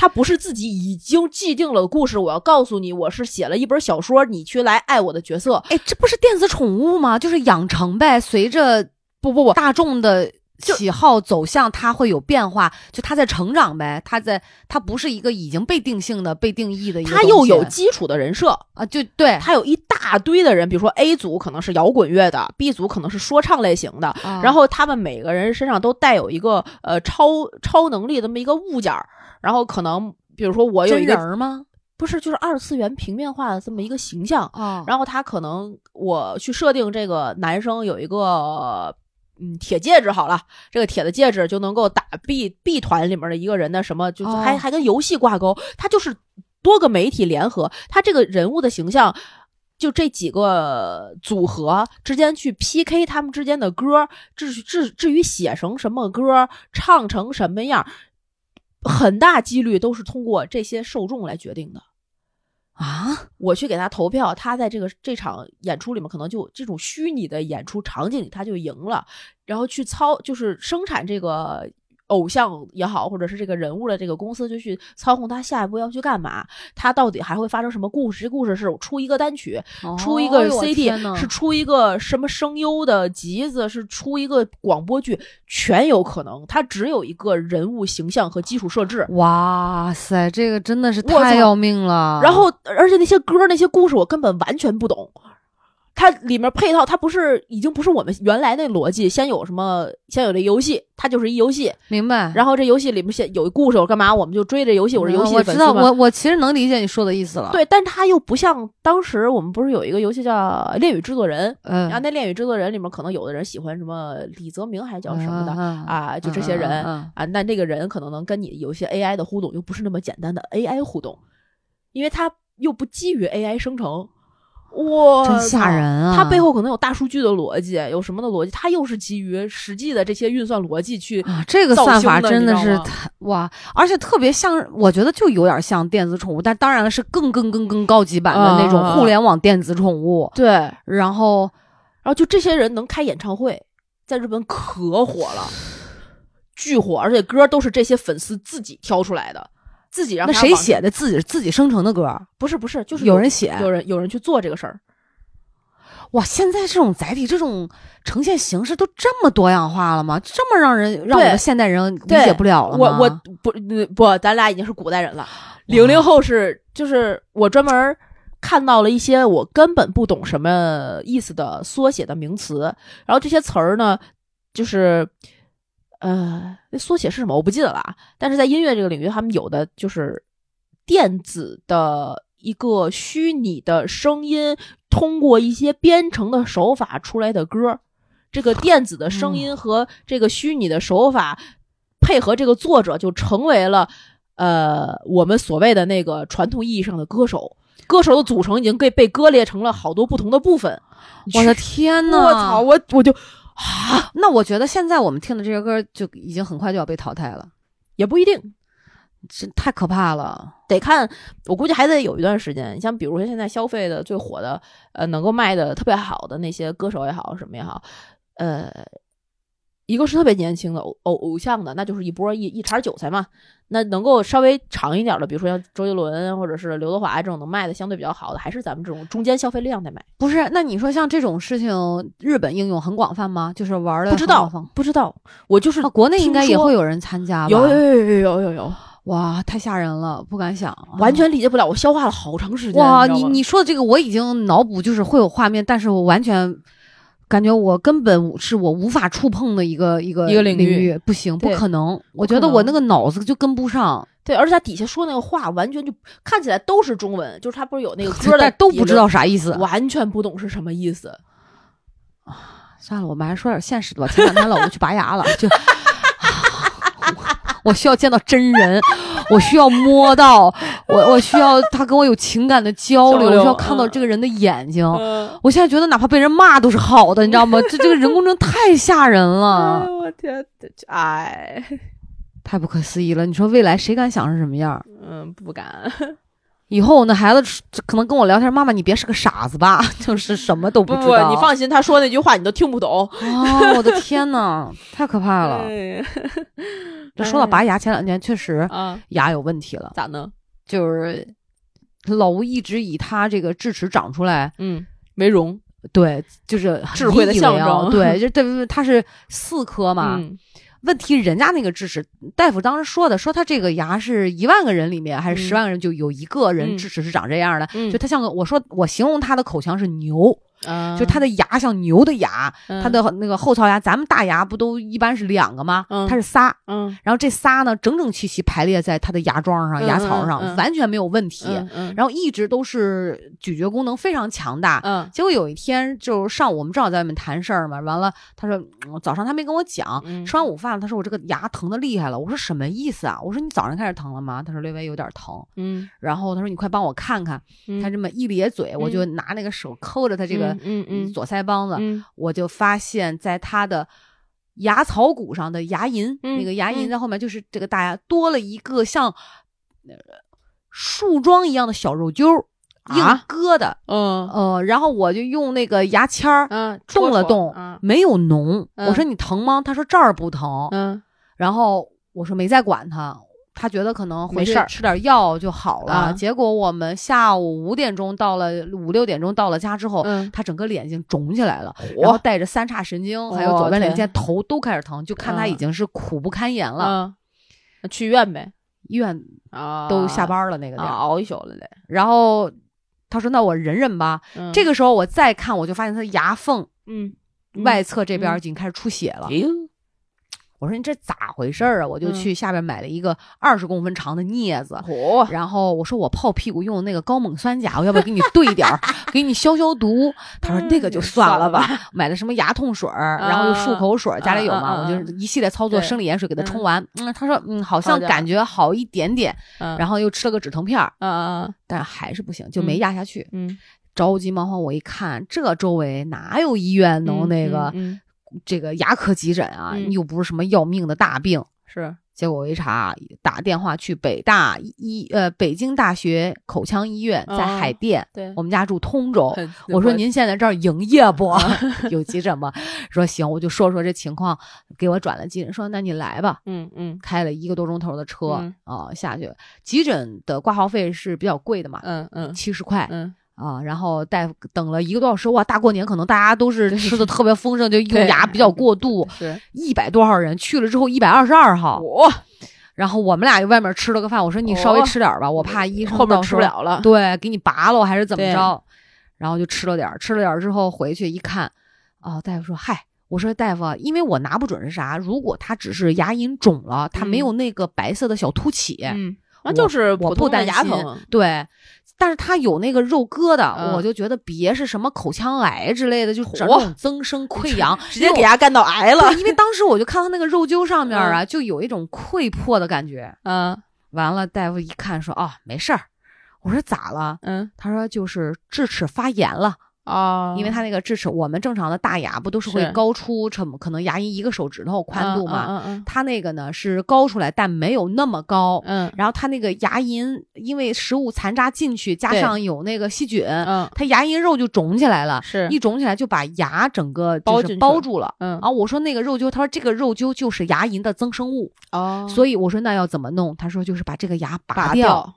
它不是自己已经既定了的故事，我要告诉你，我是写了一本小说，你去来爱我的角色，哎，这不是电子宠物吗？就是养成呗，随着不不不大众的喜好走向，它会有变化，就它在成长呗，它在它不是一个已经被定性的、被定义的一个东它西，又有基础的人设，啊，就对，它有一大堆的人，比如说 A 组可能是摇滚乐的，B 组可能是说唱类型的，然然后他们每个人身上都带有一个呃超超能力这么一个物件儿，然后可能比如说我有真一人个儿吗？不是就是二次元平面化的这么一个形象，哦，然后他可能我去设定这个男生有一个。呃嗯，铁戒指好了，这个铁的戒指就能够打 B B 团里面的一个人的什么，就是还、哦还跟游戏挂钩，他就是多个媒体联合，他这个人物的形象，就这几个组合之间去 PK 他们之间的歌，至至至于写成什么歌，唱成什么样，很大几率都是通过这些受众来决定的。啊，我去给他投票，他在这个这场演出里面可能就这种虚拟的演出场景里他就赢了，然后去操就是生产这个偶像也好，或者是这个人物的这个公司就去操控他下一步要去干嘛，他到底还会发生什么故事？这故事是出一个单曲，出一哦个呦我 CD，、天呐是出一个什么声优的集子，是出一个广播剧，全有可能。它只有一个人物形象和基础设置。哇塞，这个真的是我太操要命了。然后，而且那些歌、那些故事，我根本完全不懂，它里面配套，它不是已经不是我们原来那逻辑，先有什么，先有这游戏，它就是一游戏，明白。嗯然后这游戏里面先有一故事，我干嘛我们就追这游戏，我是游戏我的粉知道，丝嘛。我我其实能理解你说的意思了。，对，但它又不像当时我们不是有一个游戏叫《恋与制作人》，嗯，然后那《恋与制作人》里面可能有的人喜欢什么李泽明还是叫什么的嗯啊，就这些人。啊，那那个人可能能跟你有一些 AI 的互动，又不是那么简单的 AI 互动，因为它又不基于 AI 生成，哇，真吓人！啊！它哦背后可能有大数据的逻辑，有什么的逻辑，它又是基于实际的这些运算逻辑去，啊，这个造算型法的真你的知道是吗太哇，而且特别像，我觉得就有点像电子宠物，但当然了是更更更更高级版的那种啊互联网电子宠物。对，然然后后就这些人能开演唱会，在日本可火了，巨火，而且歌都是这些粉丝自己挑出来的，自己让那他谁往写的自己自己生成的歌儿？不是不是，就是有人写有人有人去做这个事儿，哇！现在这种载体、这种呈现形式都这么多样化了吗？这么让人让我对们现代人理对解不了了我吗？我不呃不，咱俩已经是古代人了。零哦零后是就是我专门儿看到了一些我根本不懂什么意思的缩写的名词，然后这些词儿呢，就是呃那缩写是什么我不记得了啊。但是在音乐这个领域，他们有的就是电子的一个虚拟的声音，通过一些编程的手法出来的歌儿。这个电子的声音和这个虚拟的手法配合这个作者，就成为了呃我们所谓的那个传统意义上的歌手。歌手的组成已经被被割裂成了好多不同的部分。我的天呐！我操！我我就那我觉得现在我们听的这些歌就已经很快就要被淘汰了，也不一定这太可怕了。得看，我估计还得有一段时间。你像比如说现在消费的最火的，呃，能够卖的特别好的那些歌手也好，什么也好，呃，一个是特别年轻的偶偶偶像的，那就是一波一一茬韭菜嘛。那能够稍微长一点的，比如说像周杰伦或者是刘德华这种能卖的相对比较好的，还是咱们这种中间消费量在买。不是，那你说像这种事情，日本应用很广泛吗？就是玩的不知道，不知道，我就是啊，国内应该也听说会有人参加吧？有有有有有有有，哦哇，太吓人了，不敢想，啊完全理解不了，我消化了好长时间。哇！知道你吗你说的这个，我已经脑补就是会有画面，但是我完全感觉我根本是我无法触碰的一个一个一个领领不行，不对可能，不我觉可得我那能个脑子就跟不上，对，而且他底下说那个话完全就看起来都是中文，就是他不是有那 个歌的但都底不知子道，啥意思。完全不懂是什么意思。算了，我们还是说点现实的吧。前两天老吴去拔牙了，就我需要见到真人，我需要摸到，我我需要他跟我有情感的交流，交流我需要看到嗯这个人的眼睛。嗯，我现在觉得哪怕被人骂都是好的，你知道吗？这这个人工智能太吓人了，我天，哎，太不可思议了。你说未来谁敢想是什么样儿？嗯，不敢，以后我那孩子可能跟我聊天，妈妈你别是个傻子吧， 就是什么都不知不，道。你放心，他说那句话你都听不懂。啊！我的天呐，太可怕了！哎这说到嗯拔牙，前两年确实啊，牙有问题了，咋呢？就是老吴一直以他这个智齿长出来，嗯，没容对，就是智慧的引以为象傲征对，就对，他是四颗嘛。嗯问题人家那个智齿，大夫当时说的，说他这个牙是一万个人里面还是嗯十万个人就有一个人嗯智齿是长这样的，嗯就他像个我说我形容他的口腔是牛，啊就他的牙像牛的牙，他他的那个后槽牙，咱们大牙不都一般是两个吗？嗯他是仨，嗯然后这仨呢整整齐齐排列在他的牙桩上、嗯牙槽上，嗯嗯完全没有问题，嗯嗯然后一直都是咀嚼功能非常强大，嗯结果有一天就是上午我们正好在外面谈事儿嘛，完了他说、嗯早上他没跟我讲，嗯吃完午饭他说我这个牙疼的厉害了，我说什么意思啊？我说你早上开始疼了吗？他说略微有点疼，嗯，然后他说你快帮我看看，嗯他这么一咧嘴，我就拿那个手抠着他这个嗯嗯左腮帮子，嗯我就发现在他的。牙槽骨上的牙龈，嗯那个牙龈嗯在后面，就是这个大牙多了一个像呃树桩一样的小肉揪儿，硬啊疙瘩。嗯呃，然后我就用那个牙签儿嗯，动戳戳了动，啊没有脓。我嗯说你疼吗？他说这儿不疼。嗯然后我说没再管他，他觉得可能回没去事儿吃点药就好了。啊结果我们下午五点钟到了，五六点钟到了家之后。嗯，他整个脸已经肿起来了，然后带着三叉神经，还有左我边两天肩头都开始疼，就看他已嗯经是苦不堪言了。嗯，那去医院呗。医院啊都下班了那个地儿，啊，熬一宿了得。然后他说那我忍忍吧。嗯这个时候我再看，我就发现他的牙缝嗯外侧这边嗯已经开始出血了。哎呦我说你这咋回事儿啊？我就嗯去下边买了一个二十公分长的镊子，火然后我说我泡屁股用的那个高锰酸钾，我要不要给你兑一点儿，给你消消毒？他嗯说那个就算了吧，买的什么牙痛水儿，然后又漱口水儿，家里有啊啊嘛，啊我就一系列操作，对生理盐水给他冲完。嗯，他说嗯，好好像点儿嗯感觉好一点点，然然后又吃了个止疼片儿，啊啊但还是不行，就没压下去。嗯着急忙慌，我一看这周围哪有医院能那个、嗯这个牙科急诊啊？嗯又不是什么要命的大病。是结果我一查，啊打电话去北大医呃北京大学口腔医院，在哦海淀，对我们家住通州。很嗯我说您现在这儿营业 不？有急诊吗？说行，我就说说这情况，给我转了急诊，说那你来吧。嗯嗯开了一个多钟头的车啊、嗯下去，急诊的挂号费是比较贵的嘛，嗯嗯七十块啊、嗯然后大夫等了一个多小时，哇，大过年可能大家都是吃的特别 丰盛，就用牙比较过度，是一百多少人去了之后一百二十二号，我然后我们俩就外面吃了个饭，我说你稍微吃点儿吧，我怕医生哦后面到时吃候不，了了，对，给你拔了还是怎么对着？然后就吃了点儿，吃了点儿之后回去一看，哦，大夫说嗨。我说大夫啊，因为我拿不准是啥，如果他只是牙龈肿了，他没有那个白色的小凸起，嗯，那就是我普不通的担牙心疼，对，但是他有那个肉疙瘩，嗯我就觉得别是什么口腔癌之类的，就整那嚯种增生溃疡， 直接给牙干到癌 了，对，因为当时我就看他那个肉揪上面啊，就有一种溃破的感觉。嗯完了，大夫一看说：“哦，没事儿。”我说：“咋了嗯？”他说：“就是智齿发炎了，啊，因为他那个智齿，我们正常的大牙不都是会是高出什么，可能牙龈一个手指头宽度嘛？嗯嗯他那个呢是高出来，但没有那么高。嗯然后他那个牙龈因为食物残渣进去，加对上有那个细菌，嗯他牙龈肉就肿起来了，是一肿起来就把牙整个包进就是去包住了。嗯啊，我说那个肉揪，他说这个肉揪就是牙龈的增生物，哦所以我说那要怎么弄？他说就是把这个牙拔拔。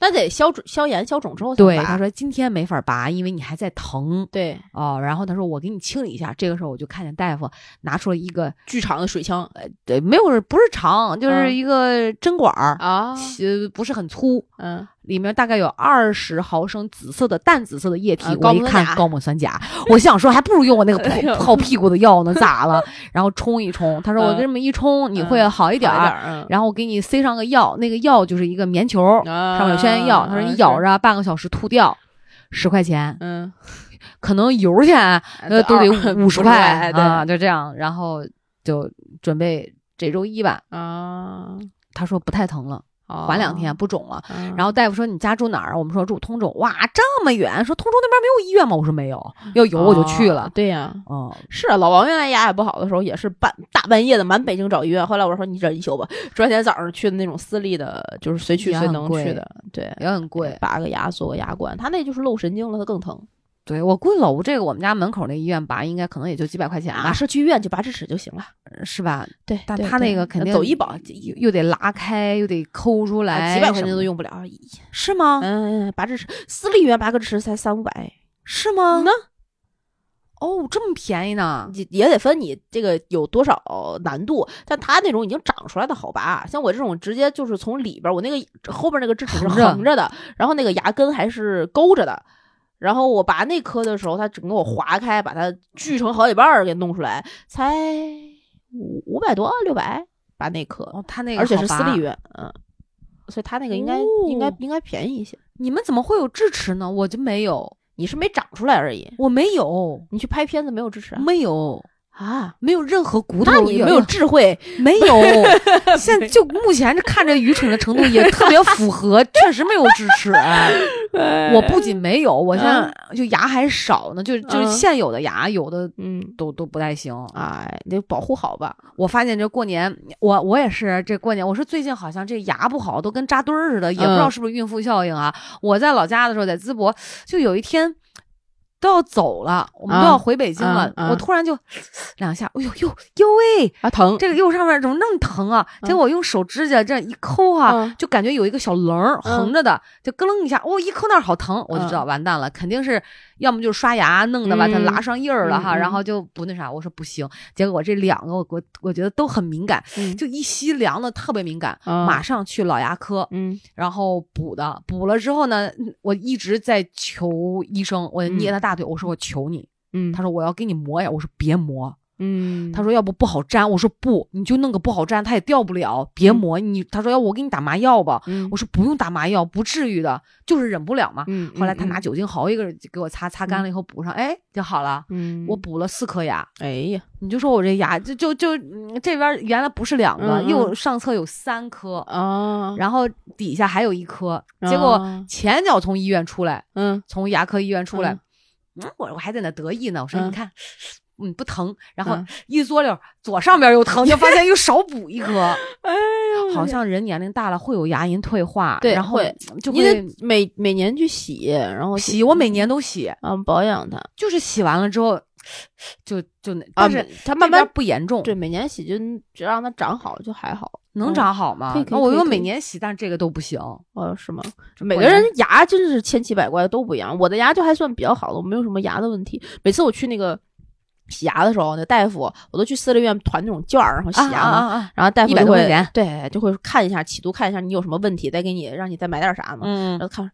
那得消肿、消炎、消肿之后才对，拔他说今天没法拔，因为你还在疼对，哦。然后他说我给你清理一下。这个时候我就看见大夫拿出了一个，巨长的水枪对，没有不是长，就是嗯一个针管儿，啊呃，不是很粗，嗯，里面大概有二十毫升紫色的淡紫色的液体，呃我高一锰看钾高锰酸钾，我想说还不如用我那个 哎呦泡泡屁股的药呢，咋了？然后冲一冲，他说我嗯这么一冲你嗯会好一一点儿，儿，然后我给你塞上个药，那个药就是一个棉球，嗯，上面有消炎药，他说你咬着半个小时吐掉，十块钱，嗯，可能油钱嗯，呃都得五十块啊，对就这样，然后就准备这周一吧。啊，他说不太疼了，缓两天不肿了。嗯，然后大夫说你家住哪儿？啊我们说住通州。哇，这么远！说通州那边没有医院吗？我说没有，要有我就去啊了。对呀，哦，是啊，老王原来牙也不好的时候，也是半大半夜的满北京找医院。后来我说你忍一宿吧，转天早上去的那种私立的，就是随去也随很能贵去的，对，也很贵。拔个牙做个牙冠，他那就是漏神经了，他更疼对我估计老吴这个我们家门口那医院拔，应该可能也就几百块钱吧啊，，是去医院就拔智齿就行了。是吧？对，但对他那对个肯定走医保，又又得拉开，又得抠出来，啊几百块钱什么都的用不了，一是吗？嗯，拔智齿，私立医院拔个智齿才三五百，是吗？呢哦，这么便宜呢？也也得分你这个有多少难度。但他那种已经长出来的好拔，像我这种直接就是从里边儿，我那个后边那个智齿是横着横着的，然后那个牙根还是勾着的。然后我拔那颗的时候，它整个我划开，把它锯成好几半儿给弄出来，才五五百多六百拔那颗，哦，他那个而且是好私拔立医。院，嗯，所以他那个应该、应该哦应该便宜一些。你们怎么会有智齿呢？我就没有，你是没长出来而已，我没有，你去拍片子没有智齿啊？没有，啊，没有任何骨头。那你没有智 慧，没有， 现在就目前这看这愚蠢的程度也特别符合，确实没有智齿。啊 哎我不仅没有，我现在就牙还少呢，就就是嗯现有的牙，有的嗯，都都不太行。哎，你得保护好吧。我发现这过年，我我也是这过年，我说最近好像这牙不好，都跟扎堆儿似的，也不知道嗯是不是孕妇效应啊。我在老家的时候，在淄博，就有一天。都要走了，我们都啊要回北京了，啊啊我突然就 两下，哎呦呦呦喂，啊疼，这个右上面怎么那么疼啊？嗯结果我用手指甲这样一抠啊，嗯就感觉有一个小棱儿嗯横着的，就咯楞一下，哦，一抠那儿好疼，我就知道完蛋了，肯定是要么就是刷牙弄的吧，它嗯拉上印儿了哈，嗯嗯然后就不那啥。我说不行，结果我这两个我我我觉得都很敏感，嗯就一吸凉的特别敏感，嗯马上去老牙科，嗯然后补的，补了之后呢，我一直在求医生，我捏他大腿，我说我求你，嗯，他说我要给你磨呀，我说别磨，嗯他说要不不好粘，我说不，你就弄个不好粘，它也掉不了，别磨你。他说要不我给你打麻药吧，嗯我说不用打麻药，不至于的，就是忍不了嘛。嗯，嗯后来他拿酒精毫一个给我擦，擦干了以后补上，哎就好了。嗯，我补了四颗牙，哎呀，你就说我这牙就就就、嗯这边原来不是两个，嗯嗯右上侧有三颗，啊，然后底下还有一颗。结果啊前脚从医院出来，嗯从牙科医院出来嗯，嗯，我我还在那得意呢，我说嗯你看，嗯不疼，然后嗯一缩溜，左上边又疼，就发现又少补一颗， 哎呀好像人年龄大了会有牙龈退化，对然后会就你会得每每年去洗，然后洗，我每年都洗，嗯保养它就是洗完了之后，就就那但是啊，它这慢边慢不严重，对每年洗就只让它长好就还好，能嗯长好吗可以？可以那我可以又可以每年洗，但是这个都不行，哦，是吗？每果个人然牙真是千奇百怪，都不一样。我的牙就还算比较好的，我没有什么牙的问题。每次我去那个洗牙的时候，那大夫我都去私立医院团那种券儿，然后洗啊牙嘛。啊啊，然后大夫100就多块会钱对，就会看一下，起度看一下你有什么问题，再给你让你再买点啥嘛。嗯然，后看，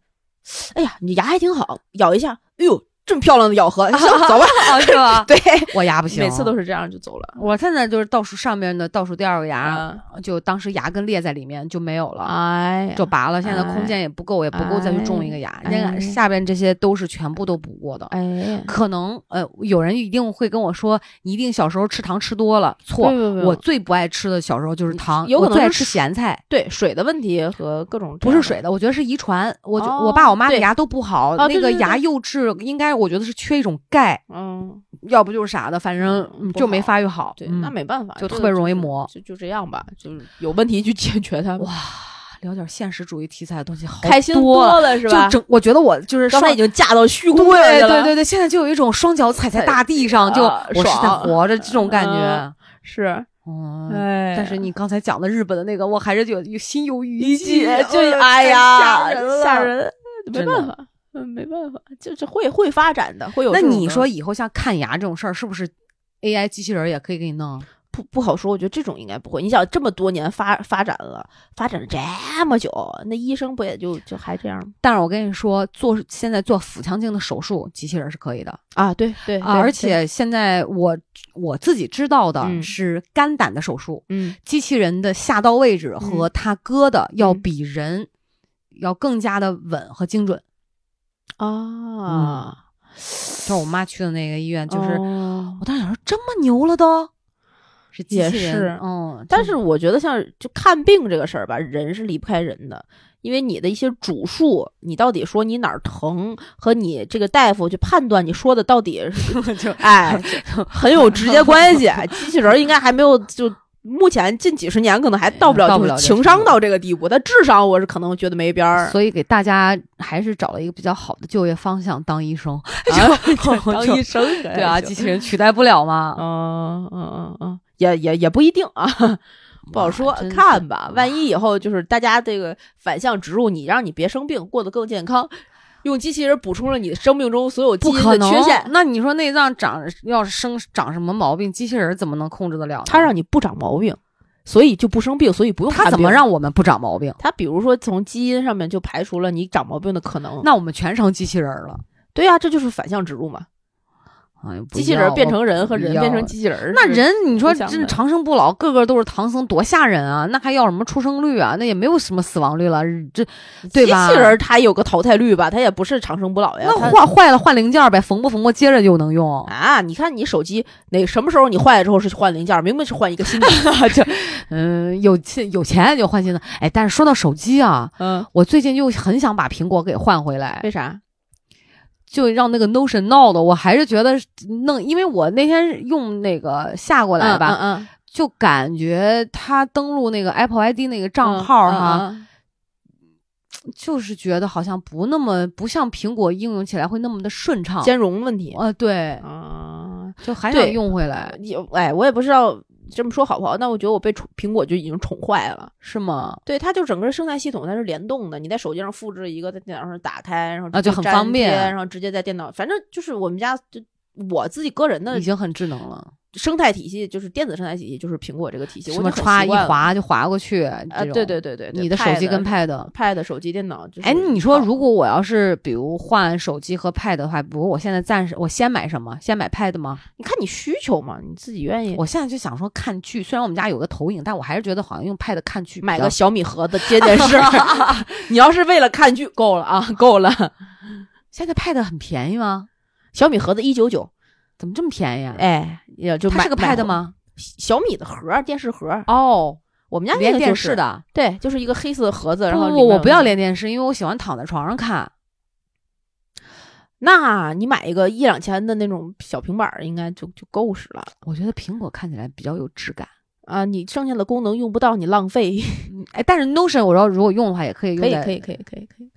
哎呀，你牙还挺好，咬一下，哎呦，这么漂亮的咬 合，行，走吧。啊是吧？ 对，我牙不行，每次都是。是这样就走了我现在就是倒数上面的倒数第二个牙，。嗯就当时牙根裂在里面就没有了，哎呀，就拔了。现在空哎间也不够，也不够再去种一个牙。哎那个哎下边这些都是全部都补过的。哎呀，可能呃，有人一定会跟我说，你一定小时候吃糖吃多了。错不不，不我最不爱吃的小时候就是糖，嗯有可我能最爱是吃咸菜。对水的问题和各种这不是样的水的，我觉得是遗传。我觉我哦爸我妈的对牙都不好，哦那对个对对牙对釉质应该我觉得是缺一种钙，嗯，要不就是啥的，反正嗯不就没好发育好。对，嗯那没办法，就这特个别容易是磨就就这样吧，就是有问题去解决它吧。哇，聊点现实主义题材的东西好开心多啊了，了是吧？就整我觉得我就是刚才上已经嫁到虚空那儿去对了，对对对，现在就有一种双脚踩在大地上，就啊我是在爽活着这种感觉嗯。是，嗯，哎，但是你刚才讲的日本的那个，我还是有有心有余理悸，解就这 哎吓呀，人了，吓。人，没真的办法，嗯，没办法，就是会会发展的，会有那这种你的说以后像看牙这种事儿，是不是 AI 机器人也可以给你弄？不不好说，我觉得这种应该不会。你想这么多年发发展了，发展了这么久，那医生不也就就还这样吗？但是我跟你说，做现在做腹腔镜的手术，机器人是可以的啊，对对啊。而，且现在我我自己知道的嗯是肝胆的手术，嗯机器人的下刀位置和它割的要比人要更加的稳和精准。啊，就是我妈去的那个医院，就是、哦我当时想说这么牛了都，是机也器人是嗯，但就是我觉得像就看病这个事儿吧，人是离不开人的，因为你的一些主述，你到底说你哪儿疼，和你这个大夫去判断你说的到底 是就哎很有直接关系。啊机器人儿应该还没有就。目前近几十年可能还到不了到不就了是这程情商度到这个地步，但智商我是可能觉得没边儿。所以给大家还是找了一个比较好的就业方向，当医生。就啊当医生对啊，机器人取代不了嘛。嗯嗯嗯嗯，也也也不一定啊， 不好说哇真，是看吧。万一以后就是大家这个反向植入你，让你别生病，过得更健康，用机器人补充了你生命中所有基不因可的能缺陷，，那你说内脏长要是生长什么毛病，机器人怎么能控制得了呢？它让你不长毛病，所以就不生病，所以不用看它病怎么？让我们不长毛病？它比如说从基因上面就排除了你长毛病的可能。那我们全成机器人了，对呀、这就是反向植入嘛，哎呀，不机器要人变成我人不和人要变成机器人儿是，那人，你说互相真的长生不老，个个都是唐僧，多吓人啊！那还要什么出生率啊？那也没有什么死亡率了，这对吧？机器人儿它有个淘汰率吧，它也不是长生不老呀。那它换坏了换零件呗，缝不缝过接着就能 用。啊，你看你手机哪什么时候你坏了之后是换零件儿，明明是换一个 新的就，嗯，有钱有钱就换新的。哎，但是说到手机啊，嗯，我最近又很想把苹果给换回来，为啥？就让那个 Notion 闹的，我还是觉得弄，因为我那天用那个下过过来吧，嗯，就嗯感觉它登录那个 Apple ID 那个账账号号哈、哈，就是觉得好像不那么不像苹果应用起来会那么的顺畅。兼容问题呃，对，啊，就还对想用回来，也哎，我也不知道这么说好不好，但我觉得我被宠苹果就已经宠坏了。是吗？对，它就整个生态系统它是联动的，你在手机上复制一个，在电脑上打开，然后啊就很粘方便贴然后直接在电脑，反正就是我们家就我自己个人的已经很智能了，生态体系，就是电子生态体系，就是苹果这个体系，什我么已经很歘习一惯了划就划过去，啊，这种对对对对，对你的手机跟 Pad Pad。 Pad 手机、电脑，就是哎，你说靠如果我要是比如换手机和 Pad 的话，比如我现在暂时我先买什么？先买 Pad 吗？你看你需求嘛，你自己愿意我现在就想说看剧，虽然我们家有个投影，但我还是觉得好像用 Pad 看剧比买较个小米盒子接电 视，你要是为了看剧，够了啊，够了。现在 Pad 很便宜吗？小米盒子一九九，怎么这么便宜啊？哎，也就它买是个买 Pad 吗？小米的盒儿，电视盒儿，哦，我们家那连个电就视是，的。对，就是一个黑色的盒子，然后不里不，面我有不要那个。连电视，因为我喜欢躺在床上看。那你买一个一两千的那种小平板儿，应该就就够使了我觉得苹果看起来比较有质感。啊！你剩下的功能用不到，你浪费。哎，但是 Notion 我要如果用的话，也可以用可以在可以可以可以可以，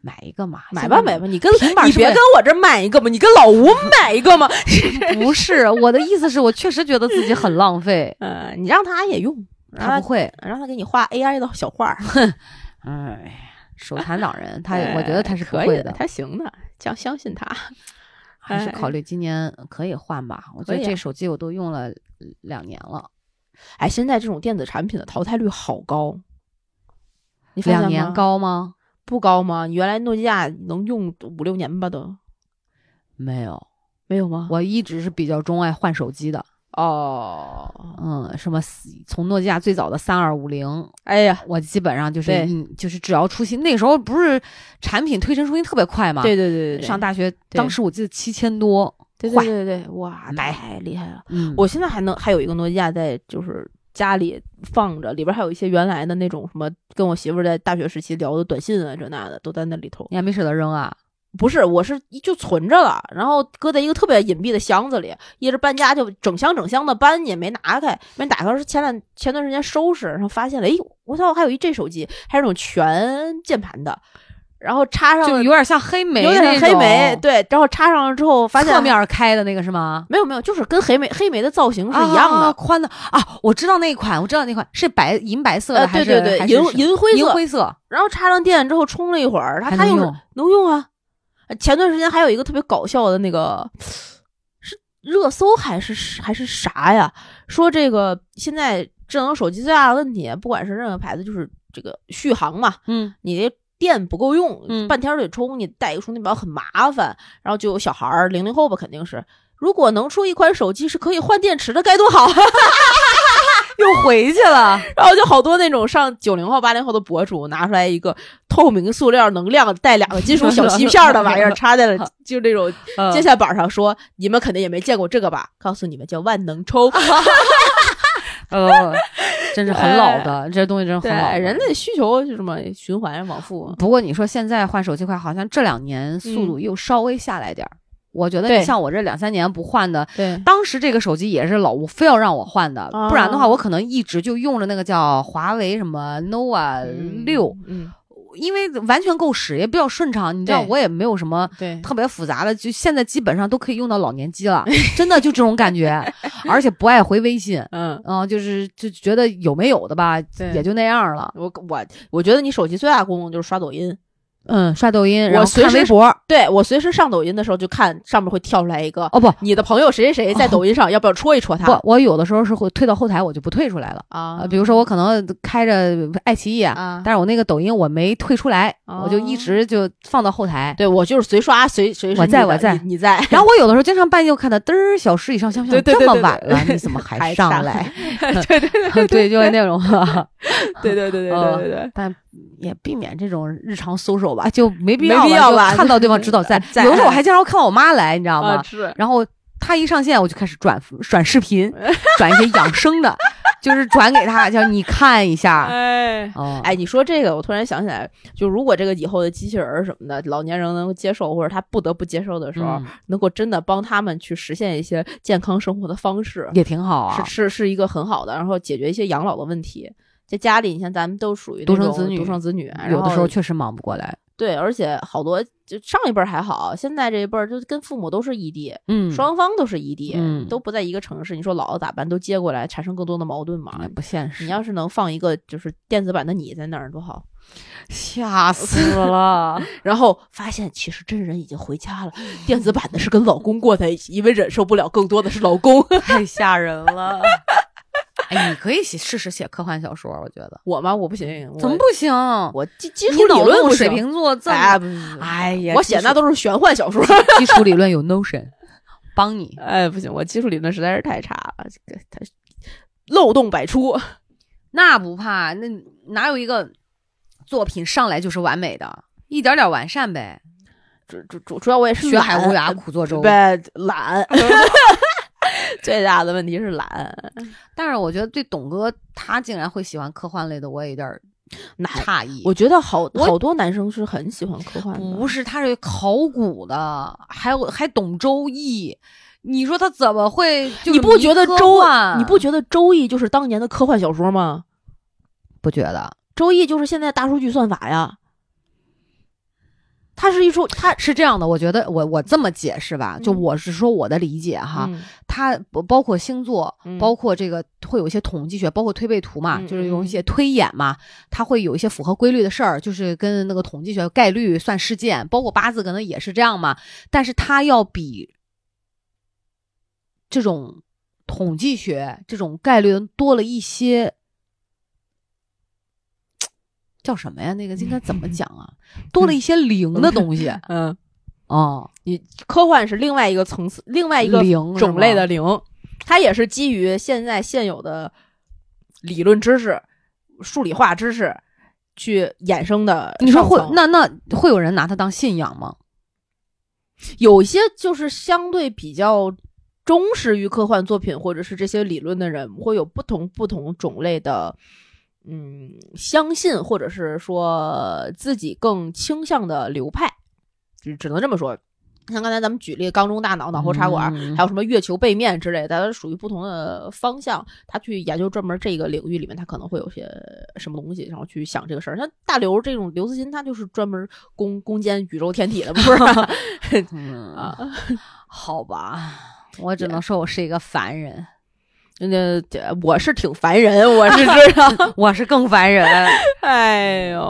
买一个嘛，买现吧在买吧，你跟平板你是别为跟我这买一个嘛，你跟老吴 买一个嘛。。不是，我的意思是我确实觉得自己很浪费呃，你让他也用，让他不会，让他给你画 AI 的小画儿，哎，手残党人，他哎我觉得他是不可以会的，他行的，相相信他。还是哎考虑今年可以换吧。我觉可得以啊这手机我都用了两年了，哎，现在这种电子产品的淘汰率好高，你发现两吗年高吗？不高吗？你原来诺基亚能用五六年吧都没有，没有吗？我一直是比较钟爱换手机的。哦，嗯，什么四从诺基亚最早的三二五零，哎呀，我基本上就是对嗯，就是只要出新，那时候不是产品推陈出新特别快嘛。对对对对对，啊上大学当时我记得七千多，对对坏对对，对哇，买太厉害了！嗯，我现在还能还有一个诺基亚在就是家里放着，里边还有一些原来的那种什么，跟我媳妇儿在大学时期聊的短信啊，这那的都在那里头。你还没舍得扔啊？不是，我是一就存着了，然后搁在一个特别隐蔽的箱子里，一直搬家就整箱整箱的搬，也没拿开，没打开。是前两前段时间收拾，然后发现了，哎，我操，还有一这手机，还是那种全键盘的，然后插上就了有点像黑莓，有点像黑莓，，对，然后插上了之后发现侧面开的那个是吗？没有没有，就是跟黑莓黑莓的造型是一样的，啊宽的啊！我知道那一款，我知道那款是白银白啊色的呃，还对是对对，还是银什么银灰银色，灰色，然后插上电之后充了一会儿，它还它能又是用能用啊。呃前段时间还有一个特别搞笑的那个，是热搜还是还是啥呀？说这个现在智能手机最大的问题，不管是任何牌子，就是这个续航嘛，嗯，你的电不够用，嗯半天儿得充，你带一个充电宝很麻烦。然后就有小孩儿，零零后吧，肯定是，如果能出一款手机是可以换电池的，该多好啊！ 又回去了。然后就好多那种上九零后、八零后的博主拿出来一个透明塑料能量带两个金属小芯片的玩意儿，插在了就这种接接下线板上说，你们肯定也没见过这个吧？告诉你们叫万能 充，呃，真是很老的，这东西真是哎对很老的。人类需求就这么循环往复。不过你说现在换手机快，好像这两年速度又稍微下来点儿。我觉嗯得对你像我这两三年不换的，对，当时这个手机也是老吴非要让我换的，啊不然的话我可能一直就用着那个叫华为什么呃 nova 六、，嗯，因为完全够使，也比较顺畅。你知道，对我也没有什么对，特别复杂的，就现在基本上都可以用到老年机 了，真的就这种感觉，而且不爱回微信。嗯，嗯，就是就觉得有没有的吧，对也就那样了。我我我觉得你手机最大的功能就是刷抖音。嗯，刷抖音，我然后随看时微博。对我随时上抖音的时候，就看上面会跳出来一个哦不你的朋友谁谁谁在抖音哦上，要不要戳一戳他？不，我有的时候是会退到后台，我就不退出来了。啊呃，比如说我可能开着爱奇艺啊，啊，但是我那个抖音我没退出来，哦我就一直就放到后台。对我就是随刷随随时我在你的我在你你在，然后我有的时候经常半夜我看到嘚儿小时以上，想不对想对这对么对晚对了，你怎么还 还上上来？对对对 对，就是那种。 对 对对对对对 对，但也避免这种日常搜索吧，就没必没要必要就吧，看到对方知道在在哎有的时候我还经常看到我妈来，你知道吗？啊是，然后她一上线，我就开始转转视 频，转一些养生的，就是转给她，叫你看一下。哎。哦，哎，你说这个，我突然想起来，就如果这个以后的机器人儿什么的，老年人能够接受，或者他不得不接受的时候，嗯能够真的帮他们去实现一些健康生活的方式，也挺好啊。是是是一个很好的，然后解决一些养老的问题。在家里，你像咱们都属于那独生种子女独生子女，然有的时候后确实忙不过来。对，而且好多就上一辈儿还好，现在这一辈儿就跟父母都是异地，嗯，双方都是异地，嗯都不在一个城市，你说老了咋办？都接过来，产生更多的矛盾嘛也？不现实，你要是能放一个就是电子版的你在那儿多好，吓死了。然后发现其实真人已经回家了，电子版的是跟老公过在一起，因为忍受不了更多的是老公。 太吓人了。哎，你可以写试试写科幻小说，我觉得我吗？我不行，我怎么不行？我基基你础理脑论洞不水行瓶座这哎么，不是不是不是哎呀，我写那都是玄幻小说。 基础理论有 notion，帮你。 哎，不行，我基础理论实在是太差了，这个它漏洞百出。那不怕，那哪有一个作品上来就是完美的，一点点完善呗。主主主主要我也是学海无涯懒苦作舟。呗，懒。 最大的问题是懒，但是我觉得对董哥他竟然会喜欢科幻类的，我也有点儿难。诧异。我觉得好我好多男生是很喜欢科幻的，不是，他是考古的，还有还懂《周易》，你说他怎么会就是迷科你不幻？觉得周你不觉得《周易》就是当年的科幻小说吗？不觉得？ 《周易》就是现在大数据算法呀，它是一出它是这样的，我觉得我我这么解释吧，就嗯我是说我的理解哈，它不包括星座，嗯包括这个会有一些统计学，包括推背图嘛，嗯就是有一些推演嘛，它会有一些符合规律的事儿，就是跟那个统计学概率算事件，包括八字可能也是这样嘛，但是它要比这种统计学这种概率多了一些。叫什么呀？那个应该怎么讲啊？多了一些零的 东西嗯，哦，科幻是另外一个层次，另外一个零种类的是吗零，它也是基于现在现有的理论知识、数理化知识去衍生的上层。你说会那那会有人拿它当信仰吗？有一些就是相对比较忠实于科幻作品或者是这些理论的人，会有不同不同种类的。嗯，相信或者是说自己更倾向的流派，只只能这么说。像刚才咱们举例，缸中大脑、脑后插管，嗯还有什么月球背面之类的，它属于不同的方向，他去研究专门这个领域里面，他可能会有些什么东西，然后去想这个事儿。像大刘这种刘慈欣，他就是专门攻攻坚宇宙天体的，不是吗？嗯啊，好吧，我只能说我是一个凡人，那这我是挺烦人，我 是知道。我是更凡人。哎呦，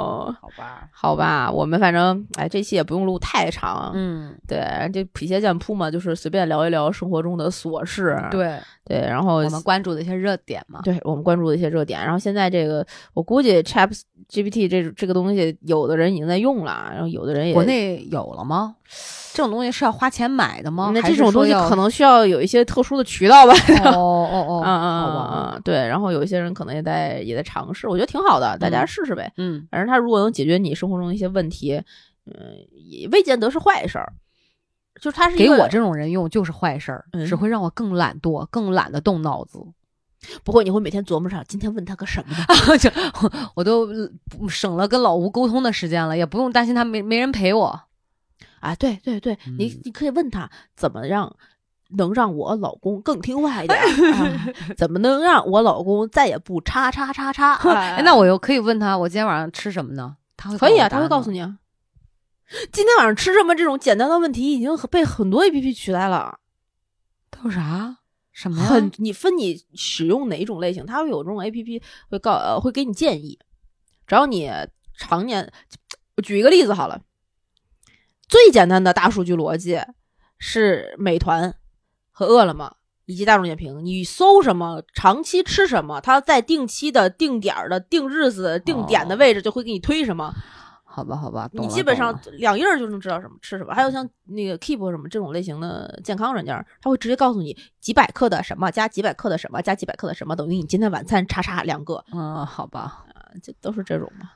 好吧， 好吧，我们反正哎，这期也不用录太长，嗯，对，这皮鞋剑铺嘛，就是随便聊一聊生活中的琐事，对，对，然后我们关注的一些热点嘛，对我们关注的一些热点。然后现在这个，我估计 Chat GPT 这这个东西，有的人已经在用了，然后有的人也国内有了吗？这种东西是要花钱买的吗？那还这是种说东西要可能需要有一些特殊的渠道吧。 哦哦哦，嗯好吧，嗯嗯，对。然后有一些人可能也在也在尝试，我觉得挺好的，大家嗯试试呗。嗯，反正它如果能解决你生活中的一些问题，嗯，也未见得是坏事儿。就是它是一给个我这种人用就是坏事儿，嗯只会让我更懒惰，更懒得动脑子。 不会，你会每天琢磨着今天问他个什么呢？就 我都不省了跟老吴沟通的时间了，也不用担心他没没人陪我。啊，对对对，你嗯你可以问他怎么让能让我老公更听话一点儿、啊 怎么能让我老公再也不叉叉叉 叉？哎 哎，那我又可以问他，我今天晚上吃什么呢？他会可以啊，告他我会答告案诉吗。你啊。今天晚上吃什么这种简单的问题已经很被很多 A P P 取代了，啊他有啥什么呀？很你分你使用哪一种类型，它会有这种 A P P 会告呃会给你建议，只要你常年，我举一个例子好了，最简单的大数据逻辑是美团和饿了么以及大众点评，你搜什么，长期吃什么，它在定期的、定点儿的、定日子、定点的哦位置就会给你推什么。好吧，好吧，懂你了基本懂上了两印儿就能知道什么吃什么。还有像那个 Keep 什么这种类型的健康软件儿，它会直接告诉你几百克的什么加几百克的什么加几百克的什么，等于你今天晚餐叉叉两个，嗯，好吧，这都是这种嘛。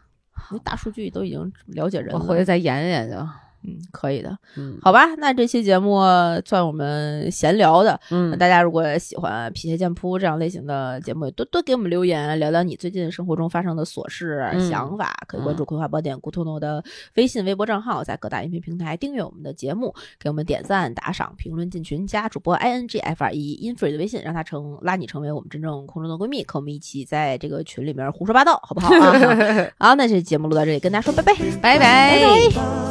那大数据都已经了解人我了，回去再研究研究。嗯，可以的，嗯，好吧，那这期节目算我们闲聊的。嗯，大家如果喜欢《皮鞋剑铺》这样类型的节目，多多给我们留言，聊聊你最近生活中发生的琐事、啊嗯想法。可以关注《葵花宝典》古兔诺的微信、微博账号，在各大音频平台订阅我们的节目，给我们点赞、打赏、评论、进群、加主播 i n g f r e infree 的微信，让他成拉你成为我们真正空中的闺蜜，和我们一起在这个 嗯 群里面胡说八道，好不好啊？好，那这节目录到这里，跟大家说拜拜，拜拜拜拜拜。